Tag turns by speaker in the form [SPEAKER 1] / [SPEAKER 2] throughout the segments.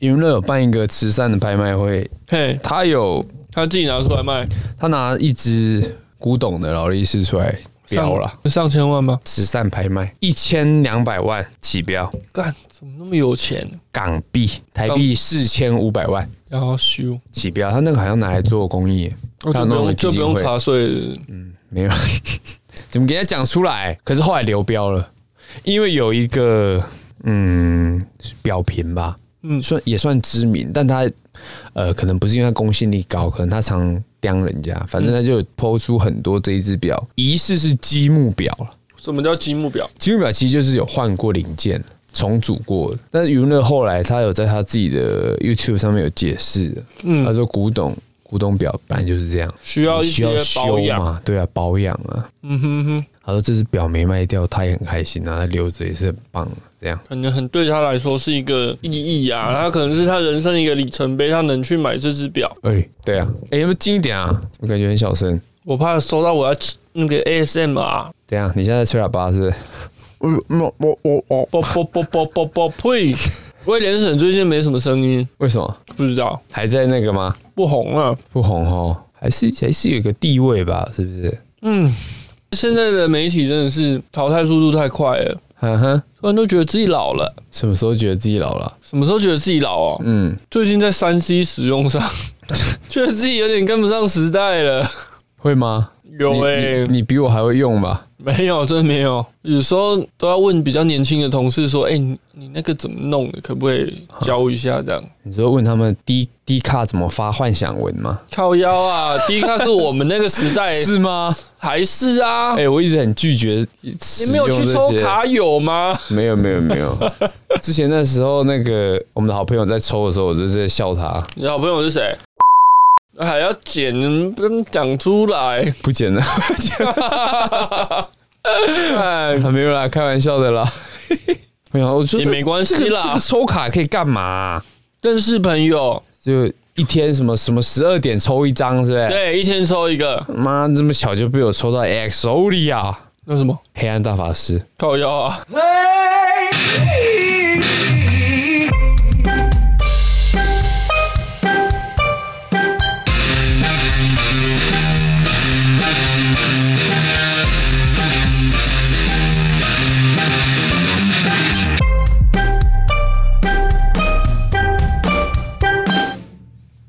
[SPEAKER 1] 云乐有办一个慈善的拍卖会，
[SPEAKER 2] 嘿，
[SPEAKER 1] 他有
[SPEAKER 2] 他自己拿出来卖
[SPEAKER 1] 他拿一只古董的劳力士出来标了，
[SPEAKER 2] 上上千万吗？
[SPEAKER 1] 慈善拍卖一千两百万起标，
[SPEAKER 2] 干，怎么那么有钱？
[SPEAKER 1] 港币台币四千五百万
[SPEAKER 2] 然后修，
[SPEAKER 1] 起标，他那个好像拿来做公益，他
[SPEAKER 2] 哦就
[SPEAKER 1] 有
[SPEAKER 2] 不
[SPEAKER 1] 弄了
[SPEAKER 2] 用
[SPEAKER 1] 基
[SPEAKER 2] 就不
[SPEAKER 1] 金
[SPEAKER 2] 用
[SPEAKER 1] 会，
[SPEAKER 2] 查税了，
[SPEAKER 1] 没有， 怎么给他讲出来？可是后来流标了，因为有一个嗯表评吧，
[SPEAKER 2] 嗯
[SPEAKER 1] 算也算知名，但他呃可能不是因为他公信力高，可能他常刁人家，反正他就抛出很多这一只表，疑似是积木表了。
[SPEAKER 2] 什么叫积木表？
[SPEAKER 1] 积木表其实就是有换过零件、重组过的。但是余文乐后来他有在他自己的 YouTube 上面有解释的，他
[SPEAKER 2] 嗯，
[SPEAKER 1] 说古董古董表本来就是这样，
[SPEAKER 2] 需要一
[SPEAKER 1] 需要
[SPEAKER 2] 些
[SPEAKER 1] 修
[SPEAKER 2] 保养。
[SPEAKER 1] 嘛，对啊，保养啊。
[SPEAKER 2] 嗯哼哼，
[SPEAKER 1] 他说这只表没卖掉，他也很开心啊，他留着也是很棒、啊，这样。
[SPEAKER 2] 感觉很对他来说是一个意义
[SPEAKER 1] 嗯
[SPEAKER 2] 啊，他可能是他人生一个里程碑，他能去买这只表。
[SPEAKER 1] 哎、对啊，哎、要不要近一点啊？怎么感觉很小声？
[SPEAKER 2] 我怕收到我要吃那个 ASM 啊，
[SPEAKER 1] 怎样？你现在在吹喇叭是不是？我我我我我，
[SPEAKER 2] 啵啵啵啵啵啵呸！威廉省最近没什么声音，
[SPEAKER 1] 为什么
[SPEAKER 2] 不知道
[SPEAKER 1] 还在那个吗？
[SPEAKER 2] 不红啊了。
[SPEAKER 1] 不红哦，还是还是有一个地位吧？是不是？
[SPEAKER 2] 嗯，现在的媒体真的是淘汰速度太快了，
[SPEAKER 1] 哈啊哈，
[SPEAKER 2] 突然都觉得自己老了。
[SPEAKER 1] 什么时候觉得自己老了？
[SPEAKER 2] 什么时候觉得自己老哦？
[SPEAKER 1] 嗯，
[SPEAKER 2] 最近在三 C 使用上， 觉得自己有点跟不上时代了。
[SPEAKER 1] 会吗？
[SPEAKER 2] 有欸
[SPEAKER 1] 你
[SPEAKER 2] 诶、
[SPEAKER 1] 你你比我还会用吧？
[SPEAKER 2] 没有，真的没有。有时候都要问比较年轻的同事说：“哎、你你那个怎么弄的？可不可以
[SPEAKER 1] 啊
[SPEAKER 2] 教一下？”这样
[SPEAKER 1] 你说问他们低低卡怎么发幻想文吗？
[SPEAKER 2] 靠腰啊， 第一看是我们那个时代
[SPEAKER 1] 是吗？
[SPEAKER 2] 还是啊？
[SPEAKER 1] 哎、我一直很拒绝。你
[SPEAKER 2] 你没有去抽？卡友吗？
[SPEAKER 1] 没有，没有，没有。 之前那时候，那个我们的好朋友在抽的时候，我就是在笑他，
[SPEAKER 2] 你好朋友是谁？还要剪，不能讲出 来。
[SPEAKER 1] 不简 单，
[SPEAKER 2] 哎，
[SPEAKER 1] 啊没有啦，开玩笑的啦。 没有，我说
[SPEAKER 2] 也没关系
[SPEAKER 1] 这个这
[SPEAKER 2] 啦
[SPEAKER 1] 个。抽卡可以干嘛啊、
[SPEAKER 2] 认识朋友，
[SPEAKER 1] 就一天什么什么十二点抽一张，是不是？
[SPEAKER 2] 对，一天抽一个。
[SPEAKER 1] 妈，这么巧就被我抽到 XO 里啊！
[SPEAKER 2] 那什么
[SPEAKER 1] 黑暗大法师，
[SPEAKER 2] 靠腰啊？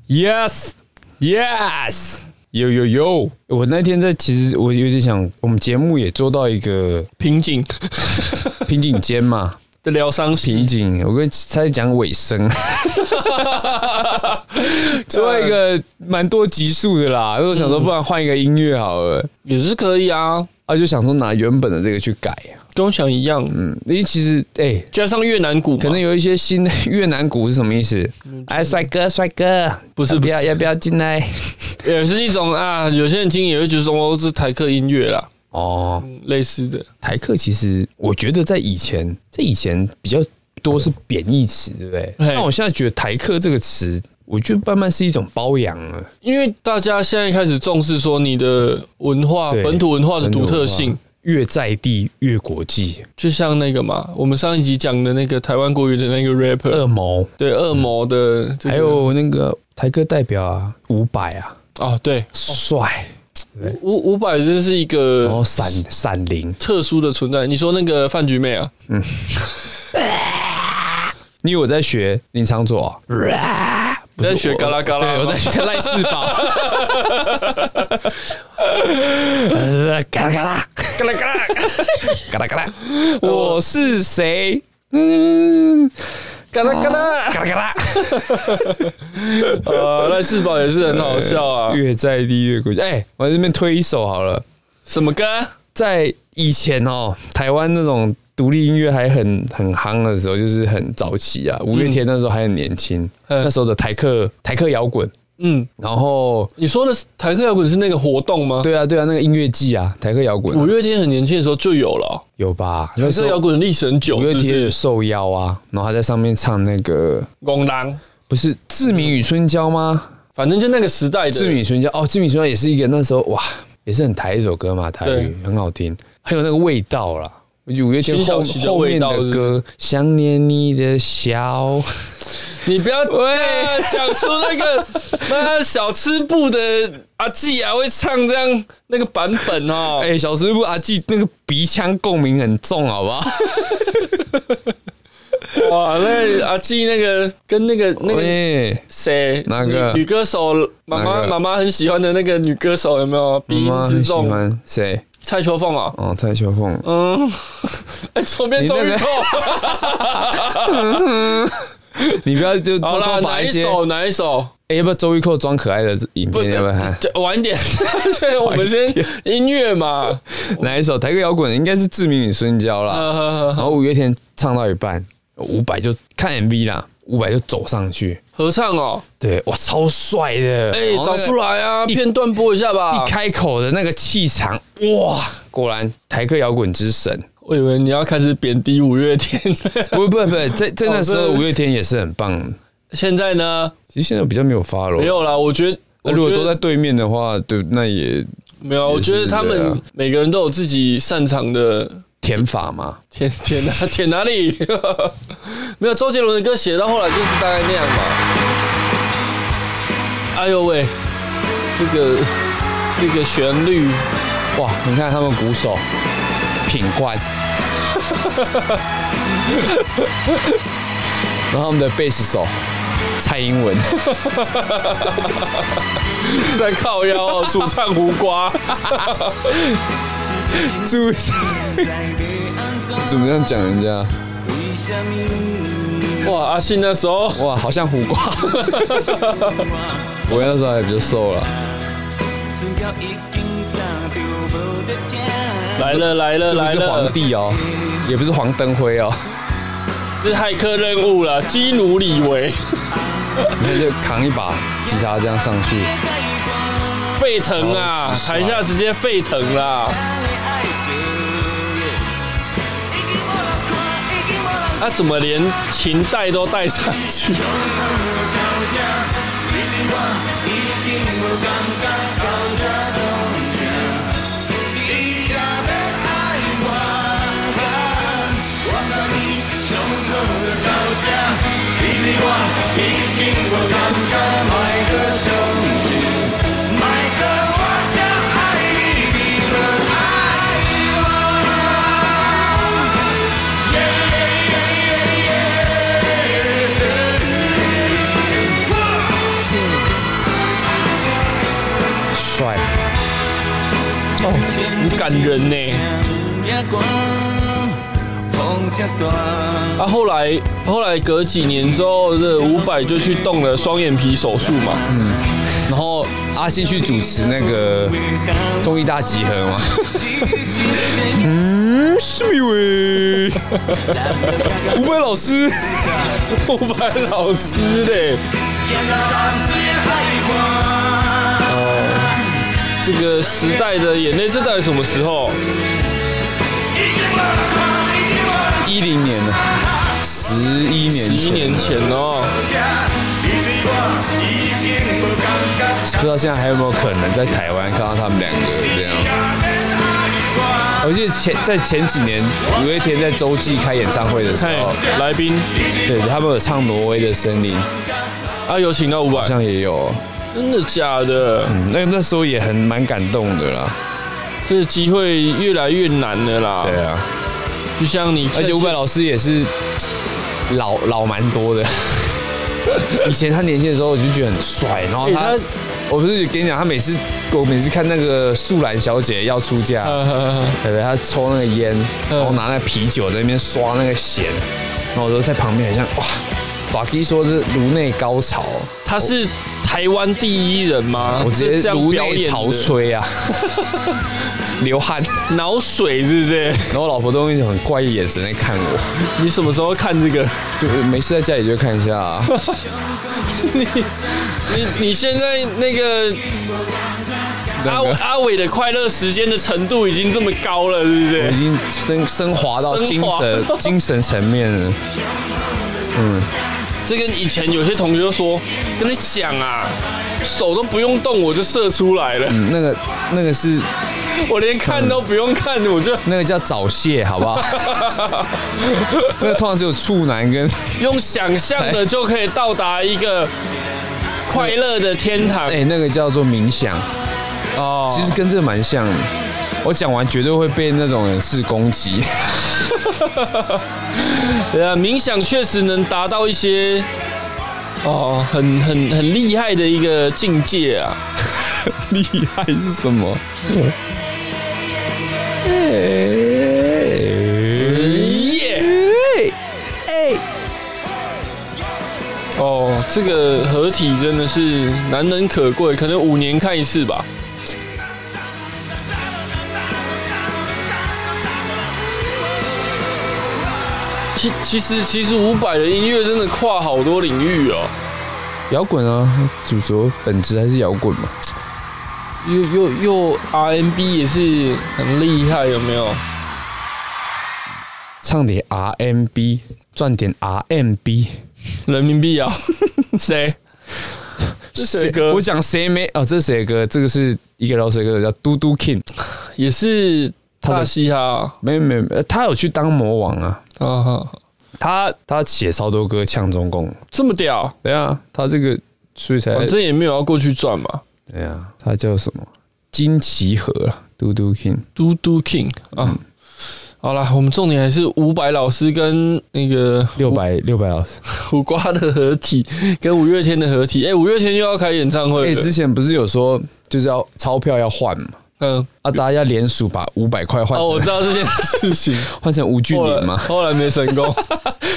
[SPEAKER 1] Yes, yes，有有有！我那天在，其实我有点想，我们节目也做到一个
[SPEAKER 2] 瓶 颈
[SPEAKER 1] 瓶颈间嘛，
[SPEAKER 2] 的疗伤
[SPEAKER 1] 瓶
[SPEAKER 2] 期，
[SPEAKER 1] 颈。我跟才讲尾声，做到一个蛮多集数的啦。然后想说，不然换一个音乐好了，
[SPEAKER 2] 也是可以啊，
[SPEAKER 1] 啊，就想说拿原本的这个去改。
[SPEAKER 2] 跟我想一样。
[SPEAKER 1] 嗯，因为其实哎、
[SPEAKER 2] 加上越南鼓嘛，
[SPEAKER 1] 可能有一些新的越南鼓是什么意思？哎，帅哥，帅哥，
[SPEAKER 2] 不是
[SPEAKER 1] 要不
[SPEAKER 2] 不是
[SPEAKER 1] 要要不要进来？
[SPEAKER 2] 也是一种啊。有些人听也会觉得说哦，这台客音乐啦，
[SPEAKER 1] 哦，
[SPEAKER 2] 嗯类似的。
[SPEAKER 1] 台客其实我觉得在以前，在以前比较多是贬义词，对不对？
[SPEAKER 2] 嘿
[SPEAKER 1] 但我现在觉得台客这个词，我觉得慢慢是一种包养了。
[SPEAKER 2] 因为大家现在开始重视说你的文化、
[SPEAKER 1] 对
[SPEAKER 2] 本土文化的独特
[SPEAKER 1] 本
[SPEAKER 2] 性，
[SPEAKER 1] 越在地越国际，
[SPEAKER 2] 就像那个嘛，我们上一集讲的那个台湾国语的那个 rapper，、
[SPEAKER 1] 恶魔，
[SPEAKER 2] 对恶魔的、这个，
[SPEAKER 1] 还有那个台客代表啊，伍佰啊，
[SPEAKER 2] 哦，对，
[SPEAKER 1] 帅，
[SPEAKER 2] 五五百真是一个
[SPEAKER 1] 然后闪闪灵，
[SPEAKER 2] 特殊的存在。你说那个饭局妹啊，
[SPEAKER 1] 你以为我在学林长佐啊？
[SPEAKER 2] 你在学嘎啦嘎啦吗，
[SPEAKER 1] 对，我在学赖世宝。呃嘎啦嘎啦，嘎啦嘎啦，嘎啦嘎 啦，
[SPEAKER 2] 哦
[SPEAKER 1] 我是谁？嗯，嘎啦嘎啦，嘎啦 嘎啦。
[SPEAKER 2] 呃，赖世宝也是很好笑啊。
[SPEAKER 1] 越在地越国际。哎，我在这边推一首好了。
[SPEAKER 2] 什么歌？
[SPEAKER 1] 在以前哦，台湾那种独立音乐还很很夯的时候，就是很早期啊。五月天那时候还很年轻，
[SPEAKER 2] 嗯
[SPEAKER 1] 那时候的台客台客摇滚，
[SPEAKER 2] 嗯，
[SPEAKER 1] 然后。
[SPEAKER 2] 你说的台客摇滚是那个活动吗？
[SPEAKER 1] 对啊，对啊，那个音乐季啊，台客摇滚啊
[SPEAKER 2] 五月天很年轻的时候就有了哦、
[SPEAKER 1] 有吧？
[SPEAKER 2] 台客摇滚历史很久，
[SPEAKER 1] 五月
[SPEAKER 2] 是不
[SPEAKER 1] 天
[SPEAKER 2] 是？
[SPEAKER 1] 受邀啊，然后他在上面唱那个
[SPEAKER 2] 拱狼，
[SPEAKER 1] 不是《志明与春娇》吗？
[SPEAKER 2] 反正就那个时
[SPEAKER 1] 《
[SPEAKER 2] 代
[SPEAKER 1] 志
[SPEAKER 2] 的
[SPEAKER 1] 明与春娇》哦，《志明与春娇》也是一个那时候哇，也是很台一首歌嘛，台语
[SPEAKER 2] 对
[SPEAKER 1] 很好听，很有那个味道啦。我觉得五月天
[SPEAKER 2] 辛晓
[SPEAKER 1] 后
[SPEAKER 2] 琪的
[SPEAKER 1] 后面
[SPEAKER 2] 味道
[SPEAKER 1] 的
[SPEAKER 2] 是不是
[SPEAKER 1] 歌《想念你的笑》
[SPEAKER 2] 你不要喂讲出那 个那小吃部的阿纪啊会唱这样那个版本哦。
[SPEAKER 1] 哎、小师傅阿纪那个鼻腔共鸣很重，好不好？
[SPEAKER 2] 哇，那哎阿纪那个跟那个那 个
[SPEAKER 1] 哎、
[SPEAKER 2] 谁
[SPEAKER 1] 哪个
[SPEAKER 2] 女女歌手妈
[SPEAKER 1] 哪
[SPEAKER 2] 妈
[SPEAKER 1] 个
[SPEAKER 2] 妈妈很喜欢的那个女歌手有没有？鼻音
[SPEAKER 1] 妈
[SPEAKER 2] 之
[SPEAKER 1] 很喜
[SPEAKER 2] 重，
[SPEAKER 1] 欢谁？
[SPEAKER 2] 蔡秋凤哦。
[SPEAKER 1] 哦，蔡秋凤。
[SPEAKER 2] 嗯，哎， 左边
[SPEAKER 1] 你
[SPEAKER 2] 终
[SPEAKER 1] 那
[SPEAKER 2] 于
[SPEAKER 1] 个
[SPEAKER 2] 够。
[SPEAKER 1] 你不要就偷
[SPEAKER 2] 好啦，
[SPEAKER 1] 偷把
[SPEAKER 2] 哪
[SPEAKER 1] 一
[SPEAKER 2] 一
[SPEAKER 1] 些
[SPEAKER 2] 首？哪一首？
[SPEAKER 1] 哎、要不要周玉蔻装可爱的影
[SPEAKER 2] 不，呃
[SPEAKER 1] 片？要不要 看？
[SPEAKER 2] 这晚一点。 对，我们先音乐嘛。
[SPEAKER 1] 哪一首台客摇滚应该是志明与孙娇啦。
[SPEAKER 2] 呃，
[SPEAKER 1] 然后五月天唱到一半，伍佰就看 MV 啦，伍佰就走上去，
[SPEAKER 2] 合唱哦，
[SPEAKER 1] 对哇，超帅的！
[SPEAKER 2] 哎，
[SPEAKER 1] 然后
[SPEAKER 2] 找
[SPEAKER 1] 哦那个
[SPEAKER 2] 出来啊，
[SPEAKER 1] 一
[SPEAKER 2] 片段播一下吧
[SPEAKER 1] 一。开口的那个气场，哇，果然台客摇滚之神。
[SPEAKER 2] 我以为你要开始贬低五月 天，
[SPEAKER 1] 不不不，在在那时候
[SPEAKER 2] 哦不是
[SPEAKER 1] 五月天也是很棒。
[SPEAKER 2] 现在呢
[SPEAKER 1] 其实现在比较没有发了，
[SPEAKER 2] 没。有啦。我觉得，我
[SPEAKER 1] 那如果
[SPEAKER 2] 觉
[SPEAKER 1] 都
[SPEAKER 2] 得
[SPEAKER 1] 在对面的话，对，那也
[SPEAKER 2] 没有啊，我
[SPEAKER 1] 也是
[SPEAKER 2] 觉得他
[SPEAKER 1] 对
[SPEAKER 2] 们
[SPEAKER 1] 啊
[SPEAKER 2] 每个人都有自己擅长的。
[SPEAKER 1] 填法嘛。
[SPEAKER 2] 舔舔哪 舔哪里？没有周杰伦的歌写到后来就是大概那样嘛。哎呦喂，这个这个旋律，
[SPEAKER 1] 哇，你看他们鼓手品冠， 然后他们的贝斯手蔡英 文，
[SPEAKER 2] 在靠腰哦，主唱胡瓜。
[SPEAKER 1] 注意怎么这样讲人家？
[SPEAKER 2] 哇，阿信那时候
[SPEAKER 1] 哇，好像胡瓜。 我那时候还比较瘦了，
[SPEAKER 2] 来了来了
[SPEAKER 1] 这不
[SPEAKER 2] 来
[SPEAKER 1] 是皇
[SPEAKER 2] 了，
[SPEAKER 1] 帝哦，也不是黄登辉 哦，
[SPEAKER 2] 是骇客任务了，基努里维，
[SPEAKER 1] 你看就扛一把吉他这样上去，
[SPEAKER 2] 沸腾啊
[SPEAKER 1] 好，帅
[SPEAKER 2] 台下直接沸腾啦。他、啊怎么连琴带都带上去？
[SPEAKER 1] 帅，
[SPEAKER 2] 很感人呢、啊，后来后来隔几年之后，这伍佰就去动了双眼皮手术嘛。
[SPEAKER 1] 嗯然后阿信去主持那个综艺大集合嘛， 嗯，是因为伍佰老师。
[SPEAKER 2] 伍佰老师嘞，哦这个时代的眼泪，这到底什么时候？
[SPEAKER 1] 一零年了，十一年前，
[SPEAKER 2] 一年前哦，
[SPEAKER 1] 不知道现在还有没有可能在台湾看到他们两个这样。我记得前在前几年五月天在洲际开演唱会的时
[SPEAKER 2] 看
[SPEAKER 1] 候，
[SPEAKER 2] 来宾
[SPEAKER 1] 对他们有唱《挪威的森林》，好
[SPEAKER 2] 啊，有请到伍佰，
[SPEAKER 1] 像也有，嗯
[SPEAKER 2] 真的假的？
[SPEAKER 1] 那那时候也很蛮感动的啦。
[SPEAKER 2] 这个机会越来越难了啦。
[SPEAKER 1] 对啊，
[SPEAKER 2] 就像你，
[SPEAKER 1] 而且伍佰老师也是老老蛮多的。 以前他年轻的时候，我就觉得很帅，然后
[SPEAKER 2] 哎
[SPEAKER 1] 他，
[SPEAKER 2] 他
[SPEAKER 1] 我不是跟你讲，他每次我每次看那个素兰小姐要出嫁，
[SPEAKER 2] 呃，
[SPEAKER 1] 对不对？他抽那个烟，
[SPEAKER 2] 嗯
[SPEAKER 1] 然后拿那个啤酒在那边刷那个弦，然后我都在旁边，很像哇，把基说是颅内高潮，
[SPEAKER 2] 他是台湾第一人吗？
[SPEAKER 1] 我直
[SPEAKER 2] 是这
[SPEAKER 1] 接
[SPEAKER 2] 样
[SPEAKER 1] 颅
[SPEAKER 2] 表演
[SPEAKER 1] 内
[SPEAKER 2] 的
[SPEAKER 1] 潮，吹啊，流汗，
[SPEAKER 2] 脑水是不 是？
[SPEAKER 1] 然后我老婆都用一种很怪异眼神在看我，
[SPEAKER 2] 你什么时候看这个？
[SPEAKER 1] 就没事在家里就看一下、 啊，
[SPEAKER 2] 你你现在那个阿
[SPEAKER 1] 那个
[SPEAKER 2] 阿伟的快乐时间的程度已经这么高了，是不
[SPEAKER 1] 我
[SPEAKER 2] 是
[SPEAKER 1] 已？经升升华到精
[SPEAKER 2] 升
[SPEAKER 1] 神精神层面了，
[SPEAKER 2] 这跟以前有些同学就说，跟你讲啊，手都不用动我就射出来了。
[SPEAKER 1] 嗯那个那个是
[SPEAKER 2] 我连看都不用看，我 就
[SPEAKER 1] 那个叫早泄，好不 好？那个通常只有处男跟
[SPEAKER 2] 用想象的就可以到达一个快乐的天堂
[SPEAKER 1] 哎、那个叫做冥想，
[SPEAKER 2] 哦。
[SPEAKER 1] 其实跟这个蛮像的。我讲完绝对会被那种人士攻击。
[SPEAKER 2] 对啊，冥想确实能达到一些哦，很很很厉害的一个境界啊。
[SPEAKER 1] 厉害是什么？哎
[SPEAKER 2] 耶！
[SPEAKER 1] 哎
[SPEAKER 2] 哦，这个合体真的是难能可贵，可能五年看一次吧。其其实其实伍佰的音乐真的跨好多领域哦，
[SPEAKER 1] 摇滚啊，主轴本质还是摇滚嘛。
[SPEAKER 2] 又又又 RMB 也是很厉害，有没有？
[SPEAKER 1] 唱点 RMB，赚点 RMB。
[SPEAKER 2] 人 民币啊？谁？这谁的歌
[SPEAKER 1] 我讲谁没？哦，这是谁的歌？这个是一个饶舌歌手叫嘟嘟 King。
[SPEAKER 2] 也是
[SPEAKER 1] 的
[SPEAKER 2] 大嘻哈啊
[SPEAKER 1] 没有没有，呃他有去当魔王啊。
[SPEAKER 2] 啊啊，
[SPEAKER 1] 他他写超多歌呛中共。
[SPEAKER 2] 这么屌，
[SPEAKER 1] 对啊，他这个所以才
[SPEAKER 2] 反正也没有要过去赚嘛。
[SPEAKER 1] 对啊，他叫什么？金奇和啊，嘟嘟 King。
[SPEAKER 2] 嘟嘟 King
[SPEAKER 1] 嗯
[SPEAKER 2] 啊，好啦，我们重点还是伍佰老师跟那个
[SPEAKER 1] 六百六百老师，
[SPEAKER 2] 苦瓜的合体，跟五月天的合体。哎、五月天又要开演唱
[SPEAKER 1] 哎、
[SPEAKER 2] 会了
[SPEAKER 1] 之，前不是有说就是要钞票要换嘛？
[SPEAKER 2] 嗯、
[SPEAKER 1] 啊，大家要联署把五百块换
[SPEAKER 2] 哦，我
[SPEAKER 1] 成
[SPEAKER 2] 知道这件事 情，
[SPEAKER 1] 换成吴俊
[SPEAKER 2] 后
[SPEAKER 1] 霖
[SPEAKER 2] 来
[SPEAKER 1] 吗？
[SPEAKER 2] 后来没成 功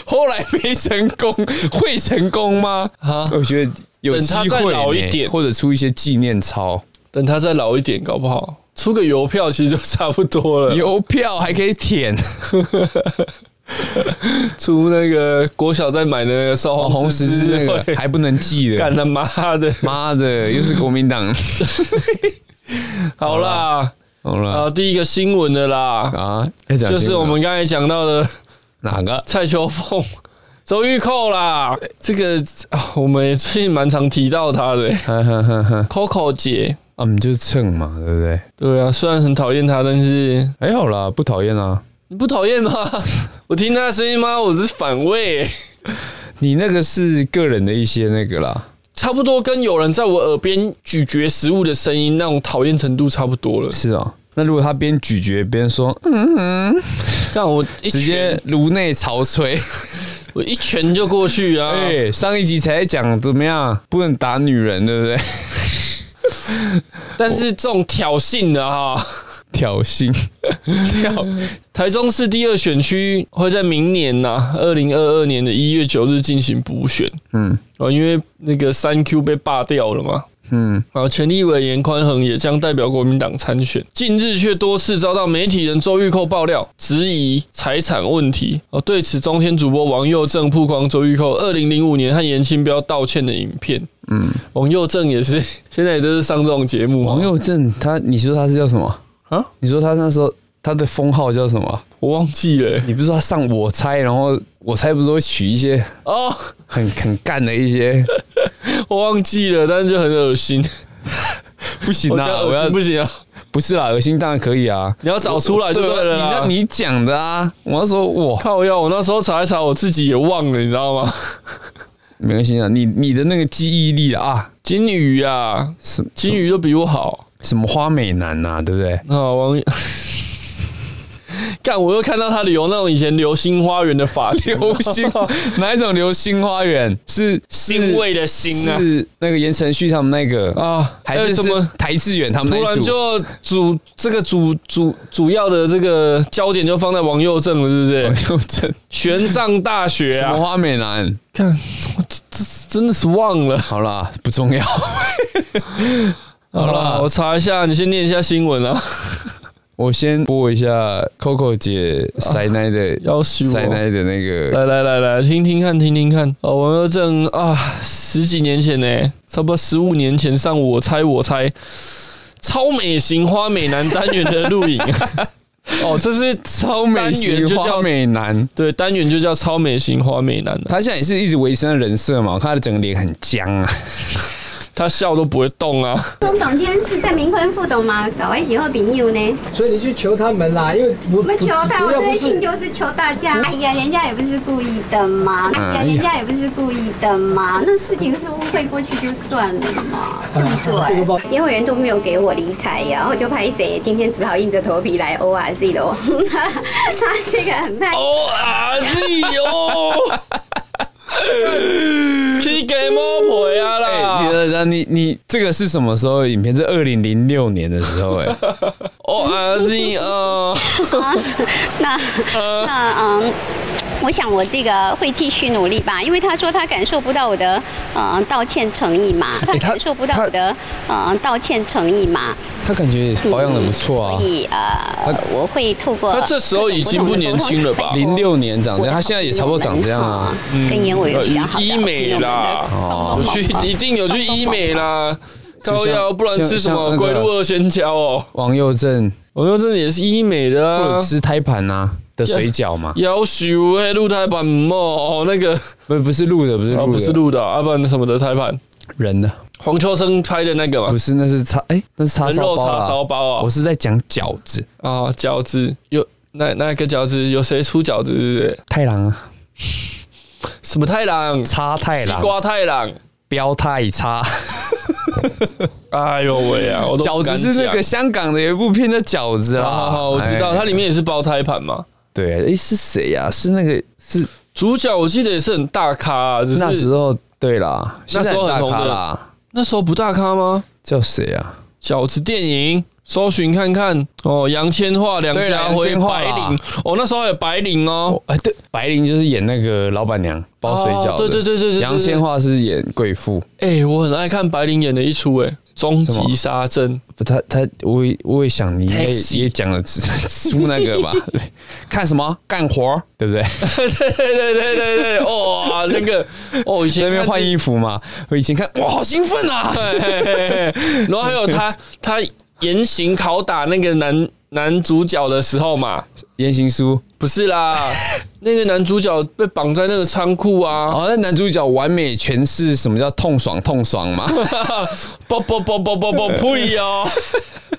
[SPEAKER 1] 后来没成功， 会成功吗？
[SPEAKER 2] 啊，
[SPEAKER 1] 我觉得有机
[SPEAKER 2] 等他
[SPEAKER 1] 会
[SPEAKER 2] 再
[SPEAKER 1] 呢、
[SPEAKER 2] 老一点
[SPEAKER 1] 或者出一些纪念钞、
[SPEAKER 2] 等他再老一点，搞不好出个邮票其实就差不 多了。
[SPEAKER 1] 邮票，还可以 舔。
[SPEAKER 2] 出那个国小在买的那个烧
[SPEAKER 1] 哦，红十字那 个还不能寄
[SPEAKER 2] 干
[SPEAKER 1] 的，
[SPEAKER 2] 他妈的！
[SPEAKER 1] 妈的，又是国民 党。
[SPEAKER 2] 好啦，
[SPEAKER 1] 好了
[SPEAKER 2] 啊，第一个新闻的啦，
[SPEAKER 1] 啊，要讲
[SPEAKER 2] 就是
[SPEAKER 1] 新闻
[SPEAKER 2] 我们刚才讲到的
[SPEAKER 1] 哪个？啊
[SPEAKER 2] 蔡秋凤、 周玉蔻啦，这个啊我们也最近蛮常提到她的
[SPEAKER 1] 哈哈哈哈，
[SPEAKER 2] Coco 姐。
[SPEAKER 1] 啊，我们就是蹭嘛，对不对？
[SPEAKER 2] 对啊，虽然很讨厌她，但是
[SPEAKER 1] 还好啦，不讨厌啊。
[SPEAKER 2] 你不讨厌吗？ 我听她的声音吗？我是反胃，
[SPEAKER 1] 你那个是个人的一些那个啦，
[SPEAKER 2] 差不多跟有人在我耳边咀嚼食物的声音那种讨厌程度差不 多了。
[SPEAKER 1] 是哦。那如果他边咀嚼边说，嗯
[SPEAKER 2] 但我一
[SPEAKER 1] 直接
[SPEAKER 2] 拳
[SPEAKER 1] 颅内潮 吹。
[SPEAKER 2] 我一拳就过去啊！
[SPEAKER 1] 哎、上一集才讲怎么样，不能打女人，对不对？
[SPEAKER 2] 但是这种挑衅的哈、
[SPEAKER 1] 挑衅，挑
[SPEAKER 2] 台中市第二选区会在明年呐、2二零二二年的一月九日进行补选
[SPEAKER 1] 嗯
[SPEAKER 2] 哦，因为那个三 Q 被罢掉了嘛。
[SPEAKER 1] 嗯，
[SPEAKER 2] 啊，前立委严宽恒也将代表国民党参选。近日却多次遭到媒体人周玉蔻爆料，质疑财产问题。哦，对此，中天主播王佑正曝光周玉蔻二零零五年和严清标道歉的影片。嗯，王佑正也是 现在也都是上这种节目、啊。
[SPEAKER 1] 王佑正，他你说他是叫什么
[SPEAKER 2] 啊？
[SPEAKER 1] 你说他那时候他的封号叫什么？
[SPEAKER 2] 我忘记了、
[SPEAKER 1] 你不是说他上我猜，然后我猜不是都会取一些
[SPEAKER 2] 哦，
[SPEAKER 1] 很很干的一些，
[SPEAKER 2] 我忘记了，但是就很恶心。
[SPEAKER 1] 不行
[SPEAKER 2] 我
[SPEAKER 1] 啊！
[SPEAKER 2] 讲
[SPEAKER 1] 我
[SPEAKER 2] 恶
[SPEAKER 1] 要
[SPEAKER 2] 心不行啊！
[SPEAKER 1] 不是啦，恶心当然可以啊，
[SPEAKER 2] 你要找出来就对了啦
[SPEAKER 1] 你那你讲的啊，我要说我
[SPEAKER 2] 靠要我那时候查一查，我自己也忘了，你知道吗？
[SPEAKER 1] 没关系啊，你你的那个记忆力啊啊，
[SPEAKER 2] 金鱼啊，
[SPEAKER 1] 什
[SPEAKER 2] 金鱼都比我好。
[SPEAKER 1] 什么花美男呐、啊，对不对？
[SPEAKER 2] 那、王， 干我又看到他留那种以前流星花园的发 型，
[SPEAKER 1] 流星哪一种流星花园？是
[SPEAKER 2] 欣慰的星啊
[SPEAKER 1] 是那个言承旭他们那个啊，
[SPEAKER 2] 啊，
[SPEAKER 1] 还
[SPEAKER 2] 哎
[SPEAKER 1] 是
[SPEAKER 2] 怎
[SPEAKER 1] 是
[SPEAKER 2] 么？
[SPEAKER 1] 台志远他们
[SPEAKER 2] 突
[SPEAKER 1] 那一
[SPEAKER 2] 然
[SPEAKER 1] 组？
[SPEAKER 2] 就主这个主主主要的这个焦点就放在王佑正了，是不是？
[SPEAKER 1] 又真
[SPEAKER 2] 玄奘大
[SPEAKER 1] 哦
[SPEAKER 2] 学
[SPEAKER 1] 什
[SPEAKER 2] 啊
[SPEAKER 1] 么，花美男？
[SPEAKER 2] 看我这这真的是忘了。
[SPEAKER 1] 好啦，不重要。
[SPEAKER 2] 好啦，我查一下，你先念一下新闻啊。
[SPEAKER 1] 我先播一下 Coco 姐塞奶 的
[SPEAKER 2] 要死我
[SPEAKER 1] 塞奶的那个，
[SPEAKER 2] 来来来来，听听看，听听看。哦，王佑正啊，十几年前呢，差不多十五年前上我猜我猜超美型花美男单元的 录影。哦，这是
[SPEAKER 1] 超美型花美男。
[SPEAKER 2] 对单元就叫超美型花美男、啊。
[SPEAKER 1] 他现在也是一直维持那人设嘛，我看他的整个脸很僵啊，
[SPEAKER 2] 他笑都不会 动啊。
[SPEAKER 3] 龚董今天是在民坤副董嘛，搞一起后朋友呢。
[SPEAKER 4] 所以你去求他们啦，因为我
[SPEAKER 3] 我们求他，
[SPEAKER 4] 主
[SPEAKER 3] 我
[SPEAKER 4] 要
[SPEAKER 3] 这
[SPEAKER 4] 不
[SPEAKER 3] 个信
[SPEAKER 4] 是
[SPEAKER 3] 就是求大家。哎呀，人家也不是故意的嘛，哎呀，人家也不是故意的嘛，那事情是误会过去就算了嘛，对
[SPEAKER 4] 这个
[SPEAKER 3] 不
[SPEAKER 4] 报
[SPEAKER 3] 对？业务员都没有给我理财呀，我就拍谁，今天只好硬着头皮来 O R Z 喽。他这个很慢，
[SPEAKER 1] 哦
[SPEAKER 2] O R Z 哦， 去给摸婆啊
[SPEAKER 1] 哎、你
[SPEAKER 2] 啦
[SPEAKER 1] 的人，你你这个是什么时候的影片？是二零零六年的时候、哎，
[SPEAKER 2] ，O R Z 啊，
[SPEAKER 3] 那
[SPEAKER 1] 呃
[SPEAKER 3] 那嗯。我想我这个会继续努力吧，因为他说他感受不到我的呃道歉诚意嘛，他
[SPEAKER 1] 哎他
[SPEAKER 3] 感受不到
[SPEAKER 1] 他
[SPEAKER 3] 我的呃道歉诚意嘛，嗯
[SPEAKER 1] 他感觉保养的不错啊
[SPEAKER 3] 所。以呃，我会透过
[SPEAKER 2] 他这时候已经不年轻了吧
[SPEAKER 1] 零六年长这样，他现在也差不多长这样啊。，呃
[SPEAKER 3] 跟严委员比较好的
[SPEAKER 2] 医美啦
[SPEAKER 1] 哦
[SPEAKER 2] 有去一定有去医美啦，膏药，不然吃什么龟鹿二仙胶哦？
[SPEAKER 1] 王佑正
[SPEAKER 2] 我说这也是医美的
[SPEAKER 1] 或
[SPEAKER 2] 啊
[SPEAKER 1] 者。吃胎盘啊的水饺嘛，
[SPEAKER 2] 要求诶，录胎盘哦，那个
[SPEAKER 1] 不不是录的，不是
[SPEAKER 2] 哦
[SPEAKER 1] 录的，
[SPEAKER 2] 不是录的，哦啊不然什么的胎盘，
[SPEAKER 1] 人的，
[SPEAKER 2] 黄秋生拍的那个嘛
[SPEAKER 1] 不，是那是叉哎，那是叉
[SPEAKER 2] 人
[SPEAKER 1] 烧
[SPEAKER 2] 肉
[SPEAKER 1] 包
[SPEAKER 2] 叉烧
[SPEAKER 1] 啊。
[SPEAKER 2] 包啊
[SPEAKER 1] 我，是在讲饺子，
[SPEAKER 2] 啊，饺子有那那个饺子有谁出饺子对不对？
[SPEAKER 1] 太郎啊，
[SPEAKER 2] 什么太郎？
[SPEAKER 1] 叉太郎
[SPEAKER 2] 西，瓜太郎。
[SPEAKER 1] 标太叉。
[SPEAKER 2] 哎呦喂啊！我都不
[SPEAKER 1] 饺
[SPEAKER 2] 敢
[SPEAKER 1] 子是那个
[SPEAKER 2] 讲
[SPEAKER 1] 香港的有一部片叫饺子啦，
[SPEAKER 2] 好好啊哦好，我知道，
[SPEAKER 1] 哎
[SPEAKER 2] 它里面也是包胎盘嘛。
[SPEAKER 1] 对，哎是谁呀？是那个是
[SPEAKER 2] 主角我记得也是很大咖、啊，只是
[SPEAKER 1] 那时候对啦，
[SPEAKER 2] 那时候
[SPEAKER 1] 现在
[SPEAKER 2] 很红
[SPEAKER 1] 大
[SPEAKER 2] 的
[SPEAKER 1] 咖啦，
[SPEAKER 2] 那时候不大咖吗？
[SPEAKER 1] 叫谁啊？
[SPEAKER 2] 饺子电影搜寻看看哦，杨千嬅、梁
[SPEAKER 1] 对
[SPEAKER 2] 家
[SPEAKER 1] 杨
[SPEAKER 2] 辉、
[SPEAKER 1] 千嬅啦
[SPEAKER 2] 白领哦，那时候还有白领哦
[SPEAKER 1] 哦，，哎对，白灵就是演那个老板娘包水饺的，
[SPEAKER 2] 哦对对对对对对
[SPEAKER 1] 杨千嬅是演贵妇，
[SPEAKER 2] 哎、我很爱看白领演的一出哎、终
[SPEAKER 1] 什
[SPEAKER 2] 极
[SPEAKER 1] 么
[SPEAKER 2] 杀阵
[SPEAKER 1] 不，他他，我也我也想你也
[SPEAKER 2] Taxi
[SPEAKER 1] 也讲了 只出那个吧，对看什么干活儿，对不 对？
[SPEAKER 2] 对对对对对对，哇、那个哦，以前
[SPEAKER 1] 在那边换
[SPEAKER 2] 服，
[SPEAKER 1] 衣服嘛，我以前看哇，好兴奋啊！
[SPEAKER 2] 嘿嘿嘿嘿然后还有他他严刑拷打那个男男主角的时候嘛，
[SPEAKER 1] 言行书，
[SPEAKER 2] 不是啦，那个男主角被绑在那个仓库啊，
[SPEAKER 1] 哦，那男主角完美诠释什么叫痛爽痛爽嘛？
[SPEAKER 2] 啵啵啵啵啵啵呸哦，